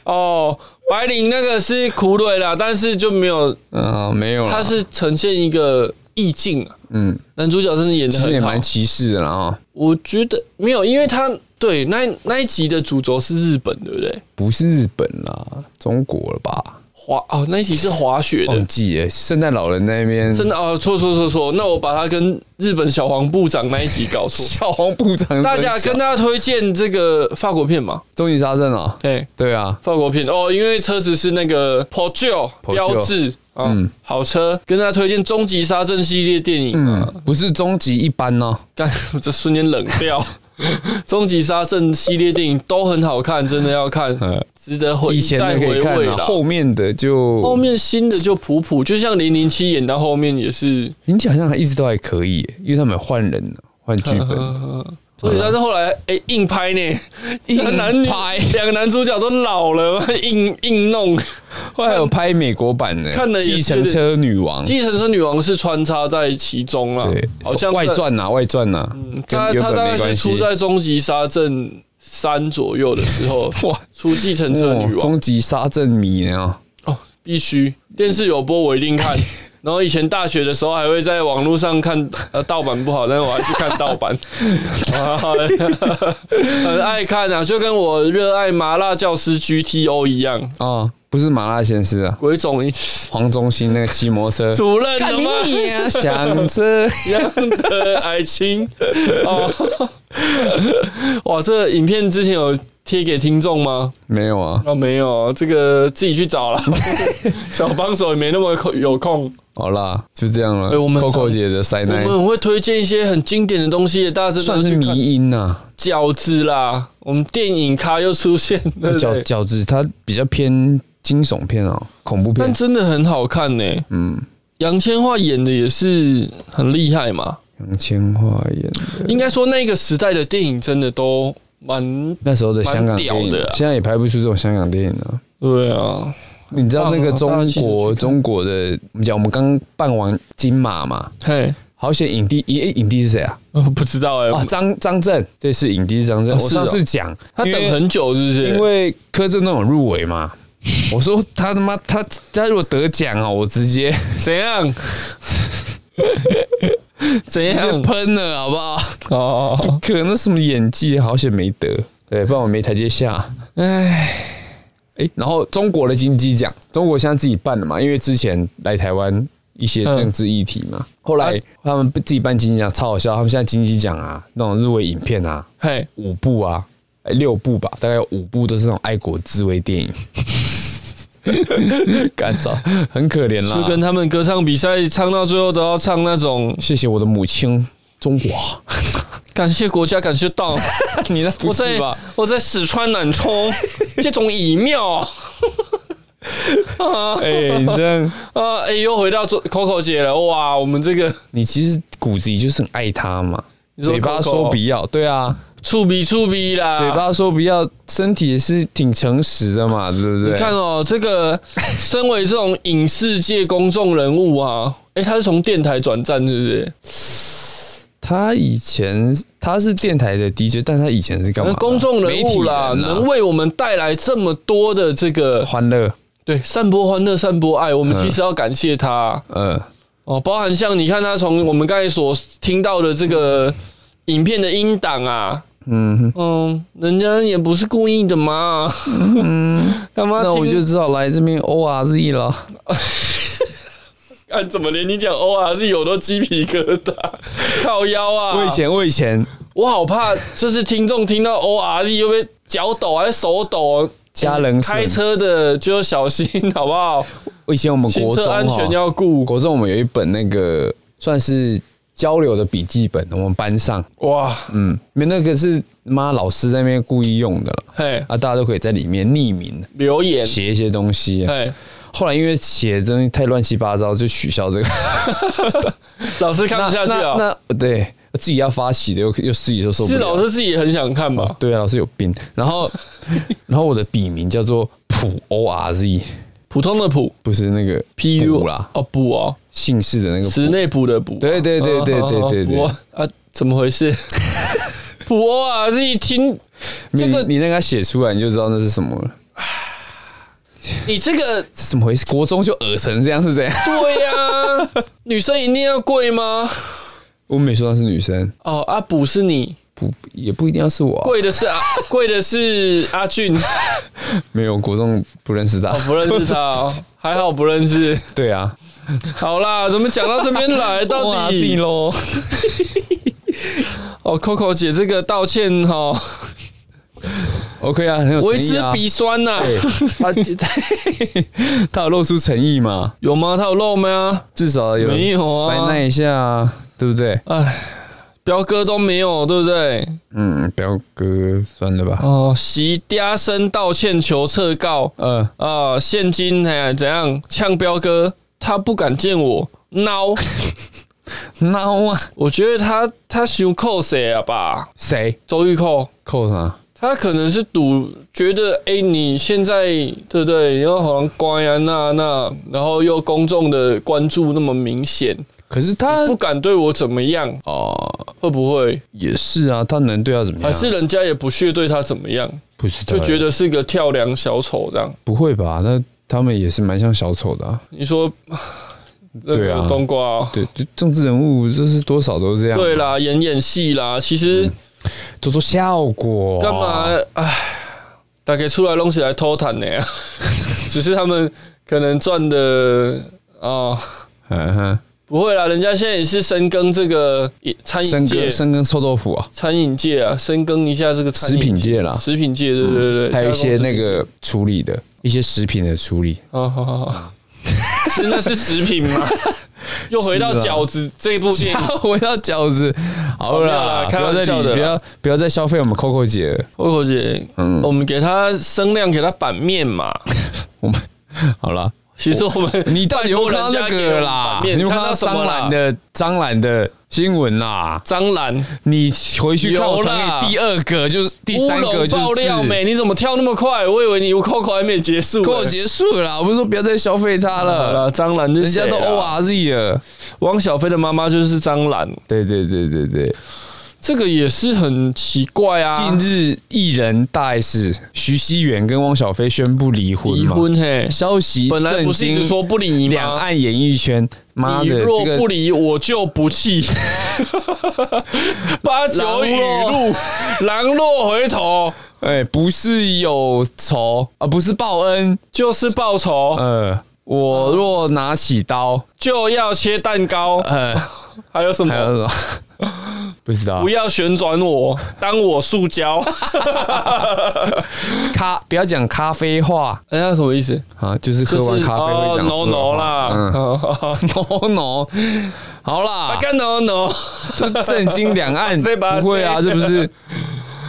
[SPEAKER 2] 哦，白领那个是苦蕊啦，但是就没有，
[SPEAKER 1] 嗯，没有
[SPEAKER 2] 他
[SPEAKER 1] 了，
[SPEAKER 2] 是呈现一个意境啊，
[SPEAKER 1] 嗯，
[SPEAKER 2] 男主角真的演的
[SPEAKER 1] 其实也
[SPEAKER 2] 很好
[SPEAKER 1] 蛮，歧视的啦哦，
[SPEAKER 2] 我觉得没有，因为他对那那一集的主轴是日本，对不对？
[SPEAKER 1] 不是日本啦，中国了吧？
[SPEAKER 2] 滑哦，那一集是滑雪的
[SPEAKER 1] 忘，记了，圣诞老人那边
[SPEAKER 2] 真的哦，错错错错，那我把它跟日本小黄部长那一集 搞 错。
[SPEAKER 1] 小黄部长，
[SPEAKER 2] 大家跟大家推荐这个法国片嘛？
[SPEAKER 1] 终极杀阵哦，
[SPEAKER 2] 对，
[SPEAKER 1] 对啊，
[SPEAKER 2] 法国片哦，因为车子是那个 Porsche 标志啊，
[SPEAKER 1] 嗯
[SPEAKER 2] 好车，跟大家推荐《终极杀阵》系列电影啊，
[SPEAKER 1] 嗯，不是终极一般哦，
[SPEAKER 2] 但、我这瞬间冷掉。 《终极杀阵》系列电影都很好看，真的要看，
[SPEAKER 1] 嗯
[SPEAKER 2] 值得回
[SPEAKER 1] 以前
[SPEAKER 2] 再
[SPEAKER 1] 的可
[SPEAKER 2] 回
[SPEAKER 1] 以看
[SPEAKER 2] 味
[SPEAKER 1] 啊，
[SPEAKER 2] 啦
[SPEAKER 1] 后面的就
[SPEAKER 2] 后面新的就普普，就像零零七演到后面也是。
[SPEAKER 1] 林奇好像一直都还可以耶，因为他们有换人了，换剧 本，
[SPEAKER 2] 所以但是后来哎、硬拍呢，
[SPEAKER 1] 嗯 硬
[SPEAKER 2] 男女
[SPEAKER 1] 拍 嗯
[SPEAKER 2] 两个男主角都老了，硬硬弄。
[SPEAKER 1] 后来有拍美国版的，
[SPEAKER 2] 看了也是
[SPEAKER 1] 计程车女王》，
[SPEAKER 2] 继承者女王是穿插在其中啦，
[SPEAKER 1] 对，
[SPEAKER 2] 好像在嗯
[SPEAKER 1] 外传呐，外传呐，跟
[SPEAKER 2] 他
[SPEAKER 1] 原
[SPEAKER 2] 他
[SPEAKER 1] 本
[SPEAKER 2] 大概
[SPEAKER 1] 没
[SPEAKER 2] 是
[SPEAKER 1] 关
[SPEAKER 2] 出
[SPEAKER 1] 系。
[SPEAKER 2] 在终极杀阵三左右的时候，
[SPEAKER 1] 哇，
[SPEAKER 2] 出继承者女
[SPEAKER 1] 哦
[SPEAKER 2] 王
[SPEAKER 1] 终极杀阵迷呢？啊
[SPEAKER 2] 哦，必须电视有播我一定 看。然后以前大学的时候还会在网络上看，呃，盗版不好，但是我还是看盗 版，很爱看啊，就跟我热爱麻辣教师 GTO 一样，
[SPEAKER 1] 哦，不是麻辣鲜师啊，
[SPEAKER 2] 鬼冢一
[SPEAKER 1] 黄忠兴那个骑摩托车， 啊
[SPEAKER 2] 主任的
[SPEAKER 1] 干你
[SPEAKER 2] 吗？
[SPEAKER 1] 娘想这
[SPEAKER 2] 一样的爱情哦，哇，这影片之前有贴给听众吗？
[SPEAKER 1] 没有啊？
[SPEAKER 2] 哦，没有，这个自己去找 了。小帮手也没那么有空。
[SPEAKER 1] 好啦，就这样
[SPEAKER 2] 哎
[SPEAKER 1] 了。
[SPEAKER 2] 我们
[SPEAKER 1] Coco 姐的塞
[SPEAKER 2] 我
[SPEAKER 1] 奶
[SPEAKER 2] 们很会推荐一些很经典的东西，大家真的
[SPEAKER 1] 算
[SPEAKER 2] 要
[SPEAKER 1] 是
[SPEAKER 2] 去
[SPEAKER 1] 迷
[SPEAKER 2] 看
[SPEAKER 1] 因啊呐，
[SPEAKER 2] 饺子啦。我们电影咖又出现了，欸
[SPEAKER 1] 饺饺子它比较偏惊悚片哦，恐怖
[SPEAKER 2] 但
[SPEAKER 1] 片。
[SPEAKER 2] 真的很好看呢、
[SPEAKER 1] 嗯，
[SPEAKER 2] 杨千嬅演的也是很厉害嘛。
[SPEAKER 1] 杨千嬅演的，
[SPEAKER 2] 应该说那个时代的电影真的都蛮
[SPEAKER 1] 那时候的香港电
[SPEAKER 2] 蛮
[SPEAKER 1] 影
[SPEAKER 2] 屌的啊，
[SPEAKER 1] 现在也拍不出这种香港电影了。
[SPEAKER 2] 对啊，
[SPEAKER 1] 你知道那个
[SPEAKER 2] 棒啊大家
[SPEAKER 1] 中
[SPEAKER 2] 记得去
[SPEAKER 1] 国
[SPEAKER 2] 看
[SPEAKER 1] 中国的，我们讲我们刚办完金马嘛，
[SPEAKER 2] 嘿，
[SPEAKER 1] 好险影帝，影影帝是谁啊？
[SPEAKER 2] 呃不知道哎、
[SPEAKER 1] 哦，张张震，这次影帝是张震。
[SPEAKER 2] 哦
[SPEAKER 1] 我
[SPEAKER 2] 是哦
[SPEAKER 1] 上次讲
[SPEAKER 2] 他
[SPEAKER 1] 因
[SPEAKER 2] 等
[SPEAKER 1] 为
[SPEAKER 2] 很久是不是？
[SPEAKER 1] 因为柯震东有入围嘛。 我说他他妈他他如果得奖啊，我直接
[SPEAKER 2] 怎 样？怎样？
[SPEAKER 1] 喷了，好不好？
[SPEAKER 2] 哦，
[SPEAKER 1] 可能什么演技，好险没得，对，不然我没台阶下。
[SPEAKER 2] 哎，
[SPEAKER 1] 诶，然后中国的金鸡奖，中国现在自己办的嘛，因为之前来台湾一
[SPEAKER 2] 嗯
[SPEAKER 1] 些政治议题嘛，后来他们自己办金鸡奖超好笑，他们现在金鸡奖啊，那种入围影片啊，
[SPEAKER 2] 嘿，
[SPEAKER 1] 五部啊，诶六部吧，大概有五部都是那种爱国自卫电影， 干燥，很可怜
[SPEAKER 2] 就跟
[SPEAKER 1] 啦。
[SPEAKER 2] 他们歌唱比赛唱到最后都要唱那种
[SPEAKER 1] 谢谢我的母亲中国，
[SPEAKER 2] 感谢国家，感谢党。
[SPEAKER 1] 你那 不
[SPEAKER 2] 我在
[SPEAKER 1] 是吧？
[SPEAKER 2] 我在四川南 充，这种以妙啊
[SPEAKER 1] 哎、你这样，
[SPEAKER 2] 啊！哎，又回到做 Coco 姐了哇！我们这个
[SPEAKER 1] 你其实骨子里就是很爱他嘛，
[SPEAKER 2] 说
[SPEAKER 1] 嘴巴
[SPEAKER 2] Coco
[SPEAKER 1] 说不要，对啊。
[SPEAKER 2] 触鼻触鼻啦，
[SPEAKER 1] 嘴巴说不要，身体也是挺诚实的嘛，对不对？
[SPEAKER 2] 你看哦，这个身为这种影视界公众人物啊，哎、他是从电台转战，对不对？
[SPEAKER 1] 他以前他是电台的 DJ，但他以前是干嘛的？
[SPEAKER 2] 公众人物啦，
[SPEAKER 1] 媒体人啊
[SPEAKER 2] 能为我们带来这么多的这个
[SPEAKER 1] 欢乐，
[SPEAKER 2] 对散播欢乐、散播爱，我
[SPEAKER 1] 嗯
[SPEAKER 2] 们其实要感谢他、
[SPEAKER 1] 呃，
[SPEAKER 2] 哦。包含像你看他从我们刚才所听到的这个影片的音档啊，
[SPEAKER 1] 嗯哼，
[SPEAKER 2] 嗯，人家也不是故意的嘛，嗯， 干嘛听？
[SPEAKER 1] 那我就只好来这边 ORZ 了。
[SPEAKER 2] 啊看怎么连你讲 O R Z 我都鸡皮疙瘩， 靠腰啊！
[SPEAKER 1] 我以前我以前
[SPEAKER 2] 我好怕，就是听众听到 O R Z 又被脚抖还是手抖，
[SPEAKER 1] 家人
[SPEAKER 2] 开
[SPEAKER 1] 损，
[SPEAKER 2] 车的就好心，好 不好？
[SPEAKER 1] 我以前我们
[SPEAKER 2] 行
[SPEAKER 1] 国中
[SPEAKER 2] 车安全
[SPEAKER 1] 哦，
[SPEAKER 2] 要顾。
[SPEAKER 1] 国中我们有一本那个算是交流的笔记本，我们班上，
[SPEAKER 2] 哇，
[SPEAKER 1] 嗯，没那个是妈老师在那边故意用的了
[SPEAKER 2] 嘿，
[SPEAKER 1] 啊，大家都可以在里面匿名
[SPEAKER 2] 留言，
[SPEAKER 1] 写一些东西、啊。
[SPEAKER 2] 嘿，
[SPEAKER 1] 后来因为写的东西太乱七八糟，就取消这个。
[SPEAKER 2] 老师看不下去
[SPEAKER 1] 那
[SPEAKER 2] 啊，
[SPEAKER 1] 那那对自己要发起的，又又自己就受不
[SPEAKER 2] 是
[SPEAKER 1] 了。
[SPEAKER 2] 老师自己也很想看吧？
[SPEAKER 1] 对啊，老师有病。然后， 然后我的笔名叫做普 O R Z，
[SPEAKER 2] 普通的普
[SPEAKER 1] 不是那个
[SPEAKER 2] P U
[SPEAKER 1] 普啦，
[SPEAKER 2] 哦补哦，
[SPEAKER 1] 姓氏的那个
[SPEAKER 2] 室
[SPEAKER 1] 普。
[SPEAKER 2] 内补的补，
[SPEAKER 1] 对对对对对对对
[SPEAKER 2] 哦哦哦 补啊，怎么 回事？普欧啊，这一听
[SPEAKER 1] 你
[SPEAKER 2] 这个
[SPEAKER 1] 你那个写出来你就知道那是什么了。
[SPEAKER 2] 你这个
[SPEAKER 1] 是怎么回事？国中就恶成这样是这样？
[SPEAKER 2] 对呀、 女生一定要跪吗？
[SPEAKER 1] 我没说她是女生，
[SPEAKER 2] 哦，阿补是你，
[SPEAKER 1] 不也不一定要是我啊、
[SPEAKER 2] 跪的 是阿跪的是阿俊，我
[SPEAKER 1] 没有，国中不认识她。
[SPEAKER 2] 不认识他、哦，还好不认识。
[SPEAKER 1] 对啊，
[SPEAKER 2] 好啦，怎么讲到这边来？ 到底
[SPEAKER 1] 喽？
[SPEAKER 2] 哦，Coco 姐这个道歉哈、哦，
[SPEAKER 1] OK 啊，很有
[SPEAKER 2] 为
[SPEAKER 1] 诚意
[SPEAKER 2] 之
[SPEAKER 1] 啊。
[SPEAKER 2] 鼻酸呐、
[SPEAKER 1] 对他他有露出诚意嘛？
[SPEAKER 2] 有吗？他有漏吗？
[SPEAKER 1] 至少有
[SPEAKER 2] 没有啊
[SPEAKER 1] 塞那一下啊，对不对？
[SPEAKER 2] 彪哥都没有，对不对？
[SPEAKER 1] 嗯，表哥，算了吧。
[SPEAKER 2] 哦，席嗲声道歉求撤告，
[SPEAKER 1] 呃，
[SPEAKER 2] 啊、现金哎怎样呛彪哥，他不敢见我孬。
[SPEAKER 1] 孬啊，
[SPEAKER 2] 我觉得他他想扣谁啊吧？
[SPEAKER 1] 谁
[SPEAKER 2] 周玉扣，
[SPEAKER 1] 扣啥？
[SPEAKER 2] 他可能是赌，觉得哎、诶你现在对不对？然后好像乖啊那那，然后又公众的关注那么明显，
[SPEAKER 1] 可是他
[SPEAKER 2] 不敢对我怎么样，
[SPEAKER 1] 哦，
[SPEAKER 2] 会不会？
[SPEAKER 1] 也是啊，他能对他怎么样？
[SPEAKER 2] 还是人家也不屑对他怎么样，
[SPEAKER 1] 不知道
[SPEAKER 2] 就
[SPEAKER 1] 欸，
[SPEAKER 2] 觉得是个跳梁小丑这样。
[SPEAKER 1] 不会吧？那他们也是蛮像小丑的啊。
[SPEAKER 2] 你说，那
[SPEAKER 1] 对
[SPEAKER 2] 个
[SPEAKER 1] 啊
[SPEAKER 2] 冬瓜、哦。
[SPEAKER 1] 对，就政治人物就是多少都这样，
[SPEAKER 2] 对，啦，演演戏啦，其
[SPEAKER 1] 嗯
[SPEAKER 2] 实
[SPEAKER 1] 做做效果啊
[SPEAKER 2] 干嘛？唉，大概出来弄起来偷谈的呀， 只是他们可能赚的哦，
[SPEAKER 1] 嗯哼，
[SPEAKER 2] 不会啦，人家现在也是深耕这个餐饮
[SPEAKER 1] 生
[SPEAKER 2] 界
[SPEAKER 1] 根，生根臭豆腐啊，
[SPEAKER 2] 餐饮界啊，深耕一下这个餐饮
[SPEAKER 1] 食品界啦嗯
[SPEAKER 2] 食品界，对对对，
[SPEAKER 1] 还有一些
[SPEAKER 2] 加工食品
[SPEAKER 1] 那个处理的一些食品的处理，
[SPEAKER 2] 哦，好好好，是那是食品 吗？又回到
[SPEAKER 1] 是啊
[SPEAKER 2] 饺子这部电影，
[SPEAKER 1] 回到饺子，好啦，
[SPEAKER 2] 好啦
[SPEAKER 1] 不
[SPEAKER 2] 开
[SPEAKER 1] 要
[SPEAKER 2] 玩
[SPEAKER 1] 再
[SPEAKER 2] 笑
[SPEAKER 1] 理，
[SPEAKER 2] 的啦
[SPEAKER 1] 不要不要再消费我们 Coco 姐了，
[SPEAKER 2] 慧嗯 口姐，我们给她声量，给她版面嘛，
[SPEAKER 1] 我们好啦，
[SPEAKER 2] 其实我们
[SPEAKER 1] 你到底有没有看到那个啦
[SPEAKER 2] 拜托
[SPEAKER 1] 你
[SPEAKER 2] 人家给我们版？面
[SPEAKER 1] 有没有看到
[SPEAKER 2] 看到什么
[SPEAKER 1] 张
[SPEAKER 2] 啦
[SPEAKER 1] 兰的张兰的新闻啦？
[SPEAKER 2] 张兰
[SPEAKER 1] 你回去看我
[SPEAKER 2] 有
[SPEAKER 1] 传
[SPEAKER 2] 啦
[SPEAKER 1] 给你第二个就是第三
[SPEAKER 2] 乌
[SPEAKER 1] 个
[SPEAKER 2] 龙
[SPEAKER 1] 就
[SPEAKER 2] 爆料
[SPEAKER 1] 是
[SPEAKER 2] 没？你怎么跳那么快？我以为你 Coco 还没结 束、欸。
[SPEAKER 1] 我结束了啦，我不是说不要再消费他
[SPEAKER 2] 好
[SPEAKER 1] 了，
[SPEAKER 2] 了，张兰
[SPEAKER 1] 人家都 O
[SPEAKER 2] R。
[SPEAKER 1] R Z 了。
[SPEAKER 2] 汪小菲的妈妈就是张兰，
[SPEAKER 1] 对对对对对，
[SPEAKER 2] 这个也是很奇怪啊
[SPEAKER 1] 近。日艺人大 S 徐熙媛跟汪小菲宣布离婚嘛，
[SPEAKER 2] 离婚嘿，
[SPEAKER 1] 消息
[SPEAKER 2] 本来不是一
[SPEAKER 1] 震
[SPEAKER 2] 直
[SPEAKER 1] 惊
[SPEAKER 2] 说不理
[SPEAKER 1] 两
[SPEAKER 2] 吗？
[SPEAKER 1] 岸演艺圈，妈
[SPEAKER 2] 你
[SPEAKER 1] 的
[SPEAKER 2] 若
[SPEAKER 1] 这
[SPEAKER 2] 不
[SPEAKER 1] 个
[SPEAKER 2] 理，我就不 弃。八九语录，狼若回头，
[SPEAKER 1] 哎，不是有仇啊，不是报恩，
[SPEAKER 2] 就是报仇，
[SPEAKER 1] 呃，我若拿起刀，
[SPEAKER 2] 就要切蛋糕。
[SPEAKER 1] 呃，
[SPEAKER 2] 还有什
[SPEAKER 1] 还
[SPEAKER 2] 么？
[SPEAKER 1] 有什么？ 不知道
[SPEAKER 2] 不，要旋转我，当我 塑胶。
[SPEAKER 1] 咖不要讲咖啡话
[SPEAKER 2] 哎，那什么意思？
[SPEAKER 1] 啊，就是
[SPEAKER 2] 就
[SPEAKER 1] 喝完
[SPEAKER 2] 是
[SPEAKER 1] 咖啡
[SPEAKER 2] 哦
[SPEAKER 1] 会讲
[SPEAKER 2] no
[SPEAKER 1] 出的
[SPEAKER 2] no
[SPEAKER 1] 话
[SPEAKER 2] 啦
[SPEAKER 1] 嗯 ，no no，好
[SPEAKER 2] 啊
[SPEAKER 1] 啦，
[SPEAKER 2] 干 no no，
[SPEAKER 1] 这震惊两 岸，
[SPEAKER 2] 谁把
[SPEAKER 1] 不会啊，
[SPEAKER 2] 谁
[SPEAKER 1] 这不 是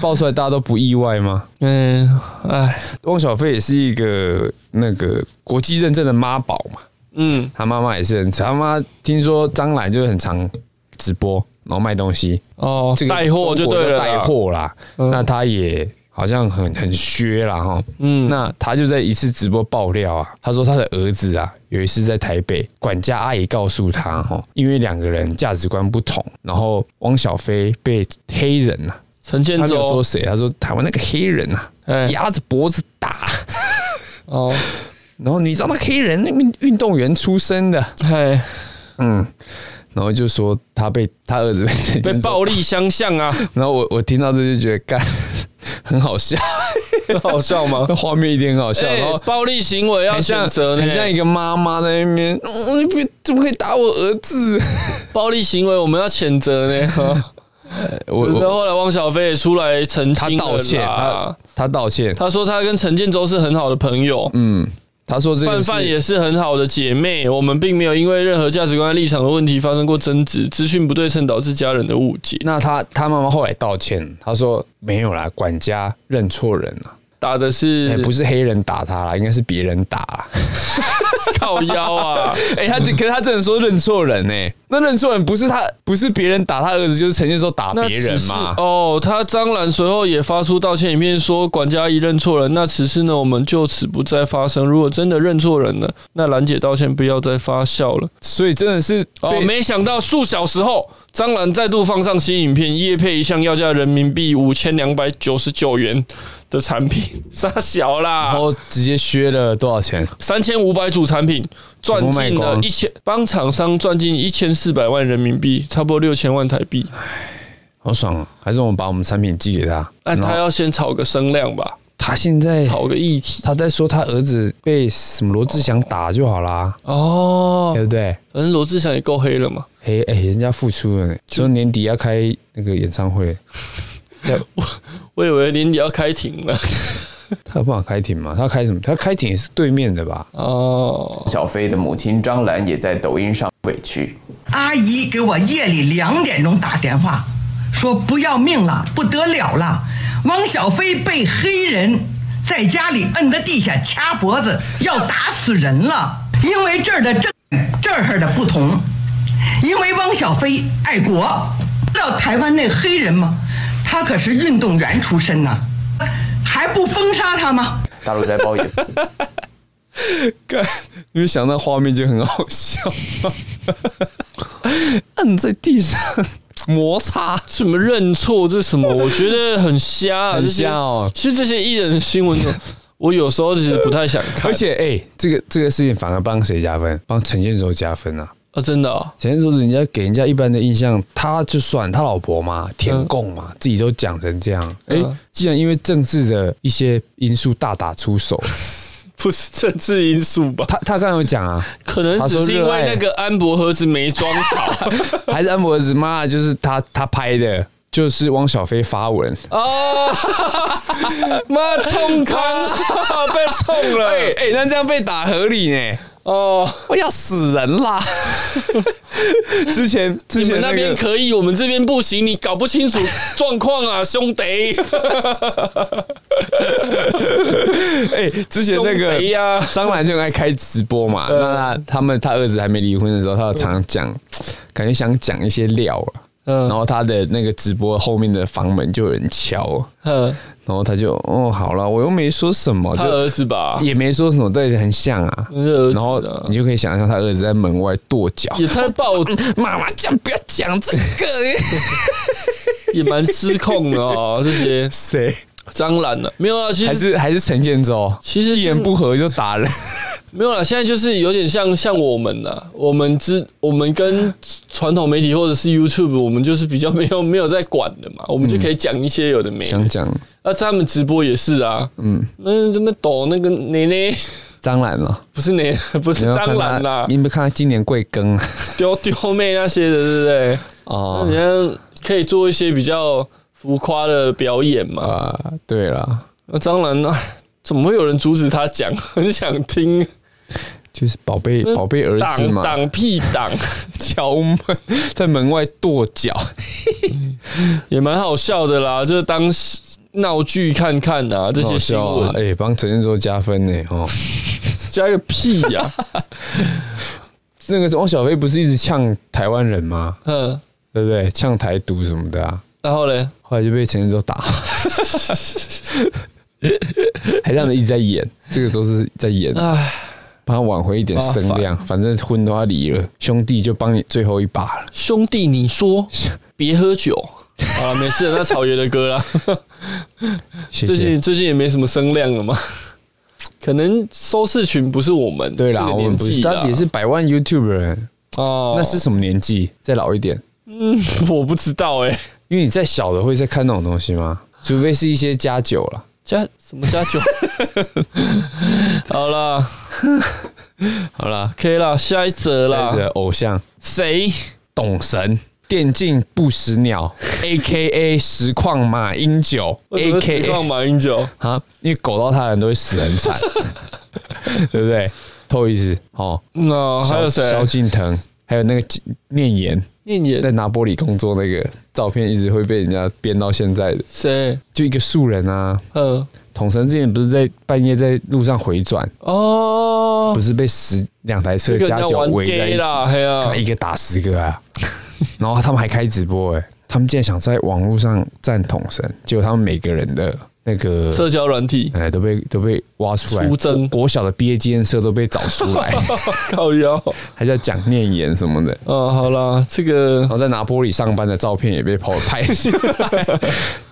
[SPEAKER 1] 爆出来大家都不意外吗？
[SPEAKER 2] 嗯，哎，
[SPEAKER 1] 汪小菲也是一个那个国际认证的妈宝嘛，
[SPEAKER 2] 嗯，
[SPEAKER 1] 他妈妈也是很，他妈听说张兰就是很常直播，然后卖东西，
[SPEAKER 2] 哦，
[SPEAKER 1] 这个
[SPEAKER 2] 带货就
[SPEAKER 1] 中国
[SPEAKER 2] 对
[SPEAKER 1] 叫
[SPEAKER 2] 了，
[SPEAKER 1] 带，货啦。
[SPEAKER 2] 嗯
[SPEAKER 1] 那他也好像很很削啦哈。
[SPEAKER 2] 嗯，
[SPEAKER 1] 那他就在一次直播爆料啊，他说他的儿子啊，有一次在台北，管家阿姨告诉他哈，因为两个人价值观不同，然后汪小菲被黑人呐、啊，
[SPEAKER 2] 陈建
[SPEAKER 1] 他没有说
[SPEAKER 2] 州，
[SPEAKER 1] 谁，他说台湾那个黑人呐、啊，
[SPEAKER 2] 哎，
[SPEAKER 1] 压着脖子打。
[SPEAKER 2] 哦，
[SPEAKER 1] 然后你知道那黑人运运动员出身的，
[SPEAKER 2] 哎，
[SPEAKER 1] 嗯，然后就说他被他儿子被陈
[SPEAKER 2] 被
[SPEAKER 1] 建州
[SPEAKER 2] 暴力相向啊，
[SPEAKER 1] 然后我我听到这就觉得干 很好笑，
[SPEAKER 2] 好笑吗？
[SPEAKER 1] 那画面一定很好笑，
[SPEAKER 2] 哎
[SPEAKER 1] 然后，
[SPEAKER 2] 暴力行为要
[SPEAKER 1] 很像
[SPEAKER 2] 选择呢，
[SPEAKER 1] 很像一个妈妈在那边，嗯，你别怎么可以打我儿子？
[SPEAKER 2] 暴力行为，我们要谴责呢。
[SPEAKER 1] 我
[SPEAKER 2] 可是
[SPEAKER 1] 我
[SPEAKER 2] 后来汪小菲也出来澄
[SPEAKER 1] 他
[SPEAKER 2] 清了啦
[SPEAKER 1] 道歉，他他道歉，
[SPEAKER 2] 他说他跟陈建州是很好的朋友，
[SPEAKER 1] 嗯，他说这
[SPEAKER 2] 范
[SPEAKER 1] 个
[SPEAKER 2] 范
[SPEAKER 1] 是
[SPEAKER 2] 也是很好的姐妹，我们并没有因为任何价值观、立场的问题发生过争执，资讯不对称导致家人的误解，
[SPEAKER 1] 那他他妈妈后来道歉，他说没有啦，管家认错人了，
[SPEAKER 2] 打的是、
[SPEAKER 1] 哎不是黑人打他啦，应该是别人打啦。
[SPEAKER 2] 靠腰 啊？
[SPEAKER 1] 哎、他可是他真的说认错人欸呢、那认错人不是他，不是别人打他儿子，就是陈建州打
[SPEAKER 2] 那
[SPEAKER 1] 别人
[SPEAKER 2] 此事
[SPEAKER 1] 嘛。
[SPEAKER 2] 哦，他张兰随后也发出道歉影片，说管家一认错人，那此事呢，我们就此不再发生。如果真的认错人了，那兰姐道歉不要再发酵了。
[SPEAKER 1] 所以真的是
[SPEAKER 2] 哦，
[SPEAKER 1] 被
[SPEAKER 2] 没想到数小时后，张兰再度放上新影片，叶配一项要价人民币五千两百九十九元的产品， 傻小啦，
[SPEAKER 1] 然后直接削了多少钱？
[SPEAKER 2] 三千五百组产品赚
[SPEAKER 1] 全
[SPEAKER 2] 进
[SPEAKER 1] 部卖
[SPEAKER 2] 了
[SPEAKER 1] 光
[SPEAKER 2] 一千，帮厂商赚进一千四百万人民币，差不多六千万台币。
[SPEAKER 1] 好爽啊！还是我们把我们产品寄给他？
[SPEAKER 2] 那
[SPEAKER 1] 然后
[SPEAKER 2] 哎他要先炒个声量吧，
[SPEAKER 1] 他现在
[SPEAKER 2] 炒个议题。
[SPEAKER 1] 他在说他儿子被什么罗志祥打就好啦，
[SPEAKER 2] 哦，
[SPEAKER 1] 对不对？
[SPEAKER 2] 反正罗志祥也够黑了嘛。
[SPEAKER 1] 嘿，哎、人家付出了呢，说年底要开那个演唱会，
[SPEAKER 2] 我以为年底要开庭 了。
[SPEAKER 1] 他有办法开庭吗？他开什么？他开庭也是对面的吧？
[SPEAKER 2] 哦，
[SPEAKER 5] 小飞的母亲张兰也在抖音上委屈，
[SPEAKER 6] 阿姨给我夜里两点钟打电话，说不要命了，不得了了，汪小菲被黑人在家里摁在地下掐脖子，要打死人了。因为这儿的政这儿的不同，因为汪小菲爱国，知道台湾那黑人吗？他可是运动员出身呐、还不封杀他吗？
[SPEAKER 5] 大陆在报也
[SPEAKER 1] 干，因为想到画面就很好笑， 按在地上摩擦，
[SPEAKER 2] 什么认错这什么？我觉得很瞎、啊，
[SPEAKER 1] 很
[SPEAKER 2] 这些
[SPEAKER 1] 瞎哦
[SPEAKER 2] 其实这些艺人的新闻，我有时候其实不太想 看。
[SPEAKER 1] 而且哎、这个这个事情反而帮谁加分？啊帮陈建州加分啊！
[SPEAKER 2] 啊，真的、哦，
[SPEAKER 1] 陈建州人家给人家一般的印象，他就算他老婆嘛，舔共嘛，自己都讲成这样。哎、
[SPEAKER 2] 嗯
[SPEAKER 1] 既然因为政治的一些因素大打出 手，
[SPEAKER 2] 不是政治因素吧？
[SPEAKER 1] 他他刚刚有讲啊，
[SPEAKER 2] 可能只是因为那个安博盒子没装 好
[SPEAKER 1] 还是安博子妈就是他他拍的，就是汪小菲发文，
[SPEAKER 2] 哦， 妈冲康
[SPEAKER 1] 啊
[SPEAKER 2] 被冲了、
[SPEAKER 1] 哎、哎、那这样被打合理呢、
[SPEAKER 2] 哦，
[SPEAKER 1] 我要死人 啦！之前之
[SPEAKER 2] 你
[SPEAKER 1] 前
[SPEAKER 2] 们那
[SPEAKER 1] 个
[SPEAKER 2] 边可以，我们这边不行，你搞不清楚状况啊，兄弟。
[SPEAKER 1] 哎、之前那
[SPEAKER 2] 胸
[SPEAKER 1] 个
[SPEAKER 2] 肥呀
[SPEAKER 1] 张兰就很爱开直播 嘛，
[SPEAKER 2] 啊
[SPEAKER 1] 那他他们他儿子还没离婚的时候，他有常常讲，感觉想讲一些料啊。然
[SPEAKER 2] 嗯
[SPEAKER 1] 后他的那个直播后面的房门就有人敲，
[SPEAKER 2] 嗯，
[SPEAKER 1] 然后他就哦好了，我又没说什么，
[SPEAKER 2] 他
[SPEAKER 1] 就
[SPEAKER 2] 儿子吧，
[SPEAKER 1] 也没说什么，但是很像啊。
[SPEAKER 2] 那是儿子
[SPEAKER 1] 然
[SPEAKER 2] 啊
[SPEAKER 1] 后你就可以想象他儿子在门外跺脚，
[SPEAKER 2] 也太暴，
[SPEAKER 1] 妈妈讲不要讲这 个，
[SPEAKER 2] 也蛮失控的哦。这 些
[SPEAKER 1] 谁
[SPEAKER 2] 张兰呢？没有啊，其
[SPEAKER 1] 还
[SPEAKER 2] 实
[SPEAKER 1] 是还是陈建州，
[SPEAKER 2] 其实
[SPEAKER 1] 一言不合就打人。
[SPEAKER 2] 没有啦，现在就是有点像像我们呐，我们之我们跟传统媒体或者是 YouTube，我们就是比较没有没有在管的嘛，我们就可以讲一些有的没的。
[SPEAKER 1] 想讲
[SPEAKER 2] 那、他们直播也是啊，嗯，那怎么抖那个奶奶
[SPEAKER 1] 张兰了，
[SPEAKER 2] 不是奶，不是
[SPEAKER 1] 你有没有
[SPEAKER 2] 蟑
[SPEAKER 1] 看啊
[SPEAKER 2] 螂
[SPEAKER 1] 他
[SPEAKER 2] 啦
[SPEAKER 1] 你，有没有看他今年贵庚啊？
[SPEAKER 2] 丢丢妹那些的，对不对？那
[SPEAKER 1] 哦
[SPEAKER 2] 你，看可以做一些比较浮夸的表演嘛。
[SPEAKER 1] 啊，对了，
[SPEAKER 2] 那张兰呢？怎么会有人阻止他讲？ 很想听
[SPEAKER 1] 就是宝贝宝贝儿子
[SPEAKER 2] 挡
[SPEAKER 1] 嘛，
[SPEAKER 2] 嗯挡屁挡，
[SPEAKER 1] 敲门在门外跺脚，
[SPEAKER 2] 也蛮好笑的啦，就是当闹剧看看啊，这些
[SPEAKER 1] 好
[SPEAKER 2] 新
[SPEAKER 1] 笑
[SPEAKER 2] 闻、
[SPEAKER 1] 啊！哎，帮陈建州加分呢哦。
[SPEAKER 2] 加个屁呀、
[SPEAKER 1] 那个哦汪小菲不是一直呛台湾人吗？
[SPEAKER 2] 嗯，
[SPEAKER 1] 对不对？呛台独什么的啊，
[SPEAKER 2] 然后嘞，
[SPEAKER 1] 后来就被陈建州打， 还让人一直在演，这个都是在演，
[SPEAKER 2] 唉，
[SPEAKER 1] 帮他挽回一点
[SPEAKER 2] 啊
[SPEAKER 1] 声量。反正婚都要离了，兄弟就帮你最后一把了。
[SPEAKER 2] 兄弟，你说别喝酒。啊，没事，那草原的歌啦，
[SPEAKER 1] 谢
[SPEAKER 2] 最
[SPEAKER 1] 谢。
[SPEAKER 2] 近最近也没什么声量了嘛，可能收视群不是我们
[SPEAKER 1] 对
[SPEAKER 2] 这
[SPEAKER 1] 啦，
[SPEAKER 2] 个
[SPEAKER 1] 我
[SPEAKER 2] 年
[SPEAKER 1] 们不
[SPEAKER 2] 纪
[SPEAKER 1] 是，
[SPEAKER 2] 啦
[SPEAKER 1] 他也是百万 YouTuber，
[SPEAKER 2] 哦，
[SPEAKER 1] 那是什么年纪？再老一点，
[SPEAKER 2] 我不知道哎、
[SPEAKER 1] 因为你再小的会在看那种东西吗？除非是一些家酒了。
[SPEAKER 2] 加什么加酒？好啦，好啦，可以啦，下一则
[SPEAKER 1] 带着
[SPEAKER 2] 啦。
[SPEAKER 1] 偶像
[SPEAKER 2] 谁？
[SPEAKER 1] 董神、电竞不死鸟，A K A 实况马英九
[SPEAKER 2] 为什
[SPEAKER 1] ，A
[SPEAKER 2] 么实
[SPEAKER 1] K
[SPEAKER 2] 况
[SPEAKER 1] A
[SPEAKER 2] 马英九？
[SPEAKER 1] 啊，因为狗到他的人都会死很 惨，对不对？透意思哦。
[SPEAKER 2] 那嗯还有谁？
[SPEAKER 1] 萧敬腾，还有那个纪念言
[SPEAKER 2] 念演
[SPEAKER 1] 在拿玻璃工作那个照片，一直会被人家编到现在的，
[SPEAKER 2] 谁？
[SPEAKER 1] 就一个素人啊。
[SPEAKER 2] 嗯，
[SPEAKER 1] 统神之前不是在半夜在路上回转，
[SPEAKER 2] 哦，
[SPEAKER 1] 不是被十两台车
[SPEAKER 2] 一个人
[SPEAKER 1] 加
[SPEAKER 2] 在
[SPEAKER 1] 酒
[SPEAKER 2] 玩
[SPEAKER 1] 围在
[SPEAKER 2] gay
[SPEAKER 1] 一起，
[SPEAKER 2] 啦，嘿啊
[SPEAKER 1] 他，一个打十个啊， 然后他们还开直播哎、他们竟然想在网络上站统神，结果他们每个人的那个
[SPEAKER 2] 社交软体
[SPEAKER 1] 哎都被都被挖出来，
[SPEAKER 2] 出征
[SPEAKER 1] 国国小的毕业纪念册都被找出来，
[SPEAKER 2] 靠腰。
[SPEAKER 1] 还在讲念言什 么的，
[SPEAKER 2] 嗯，好啦，这个
[SPEAKER 1] 然后在拿玻璃上班的照片也被跑拍 下来，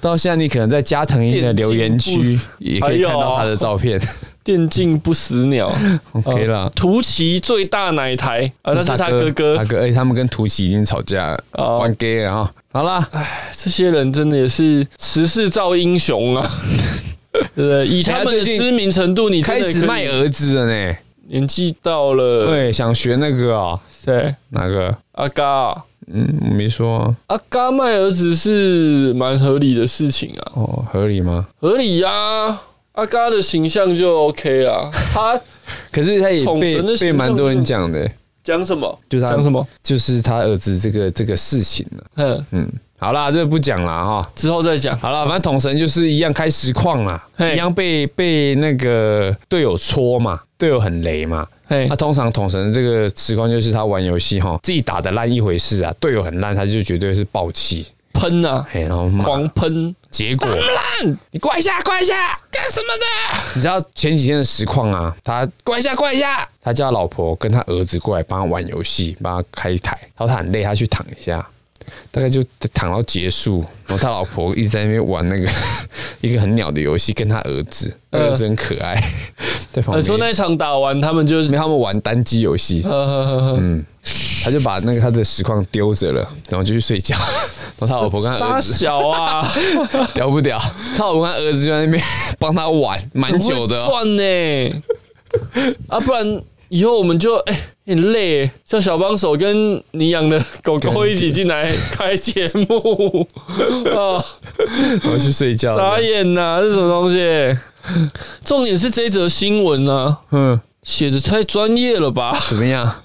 [SPEAKER 1] 到现在你可能在加藤鹰的留言区也可以看到他的照
[SPEAKER 2] 哎
[SPEAKER 1] 片，
[SPEAKER 2] 电竞不死 鸟
[SPEAKER 1] OK 啦
[SPEAKER 2] 图奇最大奶台啊，那是他哥
[SPEAKER 1] 他
[SPEAKER 2] 哥。
[SPEAKER 1] 哥，哎，他们跟图奇已经吵架了，
[SPEAKER 2] 哦
[SPEAKER 1] 玩 gay 了啊，好啦，
[SPEAKER 2] 这些人真的也是时势造英雄 啊。呃，以他们
[SPEAKER 1] 等一
[SPEAKER 2] 的
[SPEAKER 1] 下最近
[SPEAKER 2] 知名程度，你真
[SPEAKER 1] 开
[SPEAKER 2] 的
[SPEAKER 1] 始
[SPEAKER 2] 可以
[SPEAKER 1] 卖儿子了呢。
[SPEAKER 2] 年纪到了，
[SPEAKER 1] 对，想学那个啊、
[SPEAKER 2] 谁？
[SPEAKER 1] 哪个？
[SPEAKER 2] 阿嘎啊，
[SPEAKER 1] 嗯，我没说啊、
[SPEAKER 2] 阿嘎卖儿子是蛮合理的事情啊，
[SPEAKER 1] 哦，合理吗？
[SPEAKER 2] 合理呀、阿嘎的形象就 OK 啊，他
[SPEAKER 1] 可是他也
[SPEAKER 2] 统
[SPEAKER 1] 被
[SPEAKER 2] 神的
[SPEAKER 1] 被
[SPEAKER 2] 形
[SPEAKER 1] 蛮
[SPEAKER 2] 象
[SPEAKER 1] 多人
[SPEAKER 2] 就
[SPEAKER 1] 讲的，
[SPEAKER 2] 讲什么？
[SPEAKER 1] 就是他
[SPEAKER 2] 讲什么？
[SPEAKER 1] 就是他儿子这个这个事情呢、
[SPEAKER 2] 嗯，
[SPEAKER 1] 嗯，好啦，这不讲啦哈。
[SPEAKER 2] 之后再讲。
[SPEAKER 1] 好啦，反正统神就是一样开实况啦，
[SPEAKER 2] 嘿
[SPEAKER 1] 一样被被那个队友戳嘛，队友很雷嘛。
[SPEAKER 2] 嘿
[SPEAKER 1] 那、，通常统神这个实况就是他玩游戏哈，自己打的烂一回事啊，队友很烂，他就绝对是暴气，
[SPEAKER 2] 喷啊，
[SPEAKER 1] 嘿，然后骂
[SPEAKER 2] 狂喷，
[SPEAKER 1] 结果嗯你过来一下，过来一下，干什么的？你知道前几天的实况啊，他过来一下，过来一下，他叫他老婆跟他儿子过来帮他玩游戏，帮他开台，然后他很累，他去躺一下。大概就躺到结束，然后他老婆一直在那边玩那个 一个很鸟的游戏，跟他儿子，他儿子很可爱， 在旁
[SPEAKER 2] 呃，
[SPEAKER 1] 边。
[SPEAKER 2] 说那一场打完，他们就
[SPEAKER 1] 因为他们玩单机游戏，嗯
[SPEAKER 2] 呃，
[SPEAKER 1] 他就把那个他的实况丢着了，然后就去睡 觉。然后他老婆跟他
[SPEAKER 2] 傻
[SPEAKER 1] 儿子
[SPEAKER 2] 小啊，
[SPEAKER 1] 屌不屌？他老公他儿子就在那边 帮他玩，蛮久的、哦。
[SPEAKER 2] 赚呢。啊，不然以后我们就哎。很累耶，叫小帮手跟你养的狗狗一起进来开节 目啊！
[SPEAKER 1] 然后去睡觉
[SPEAKER 2] 傻
[SPEAKER 1] 了。
[SPEAKER 2] 眼呐、这是什么东西？重点是这一则新闻呢、啊，
[SPEAKER 1] 嗯，
[SPEAKER 2] 写的太专业了吧？
[SPEAKER 1] 怎么样？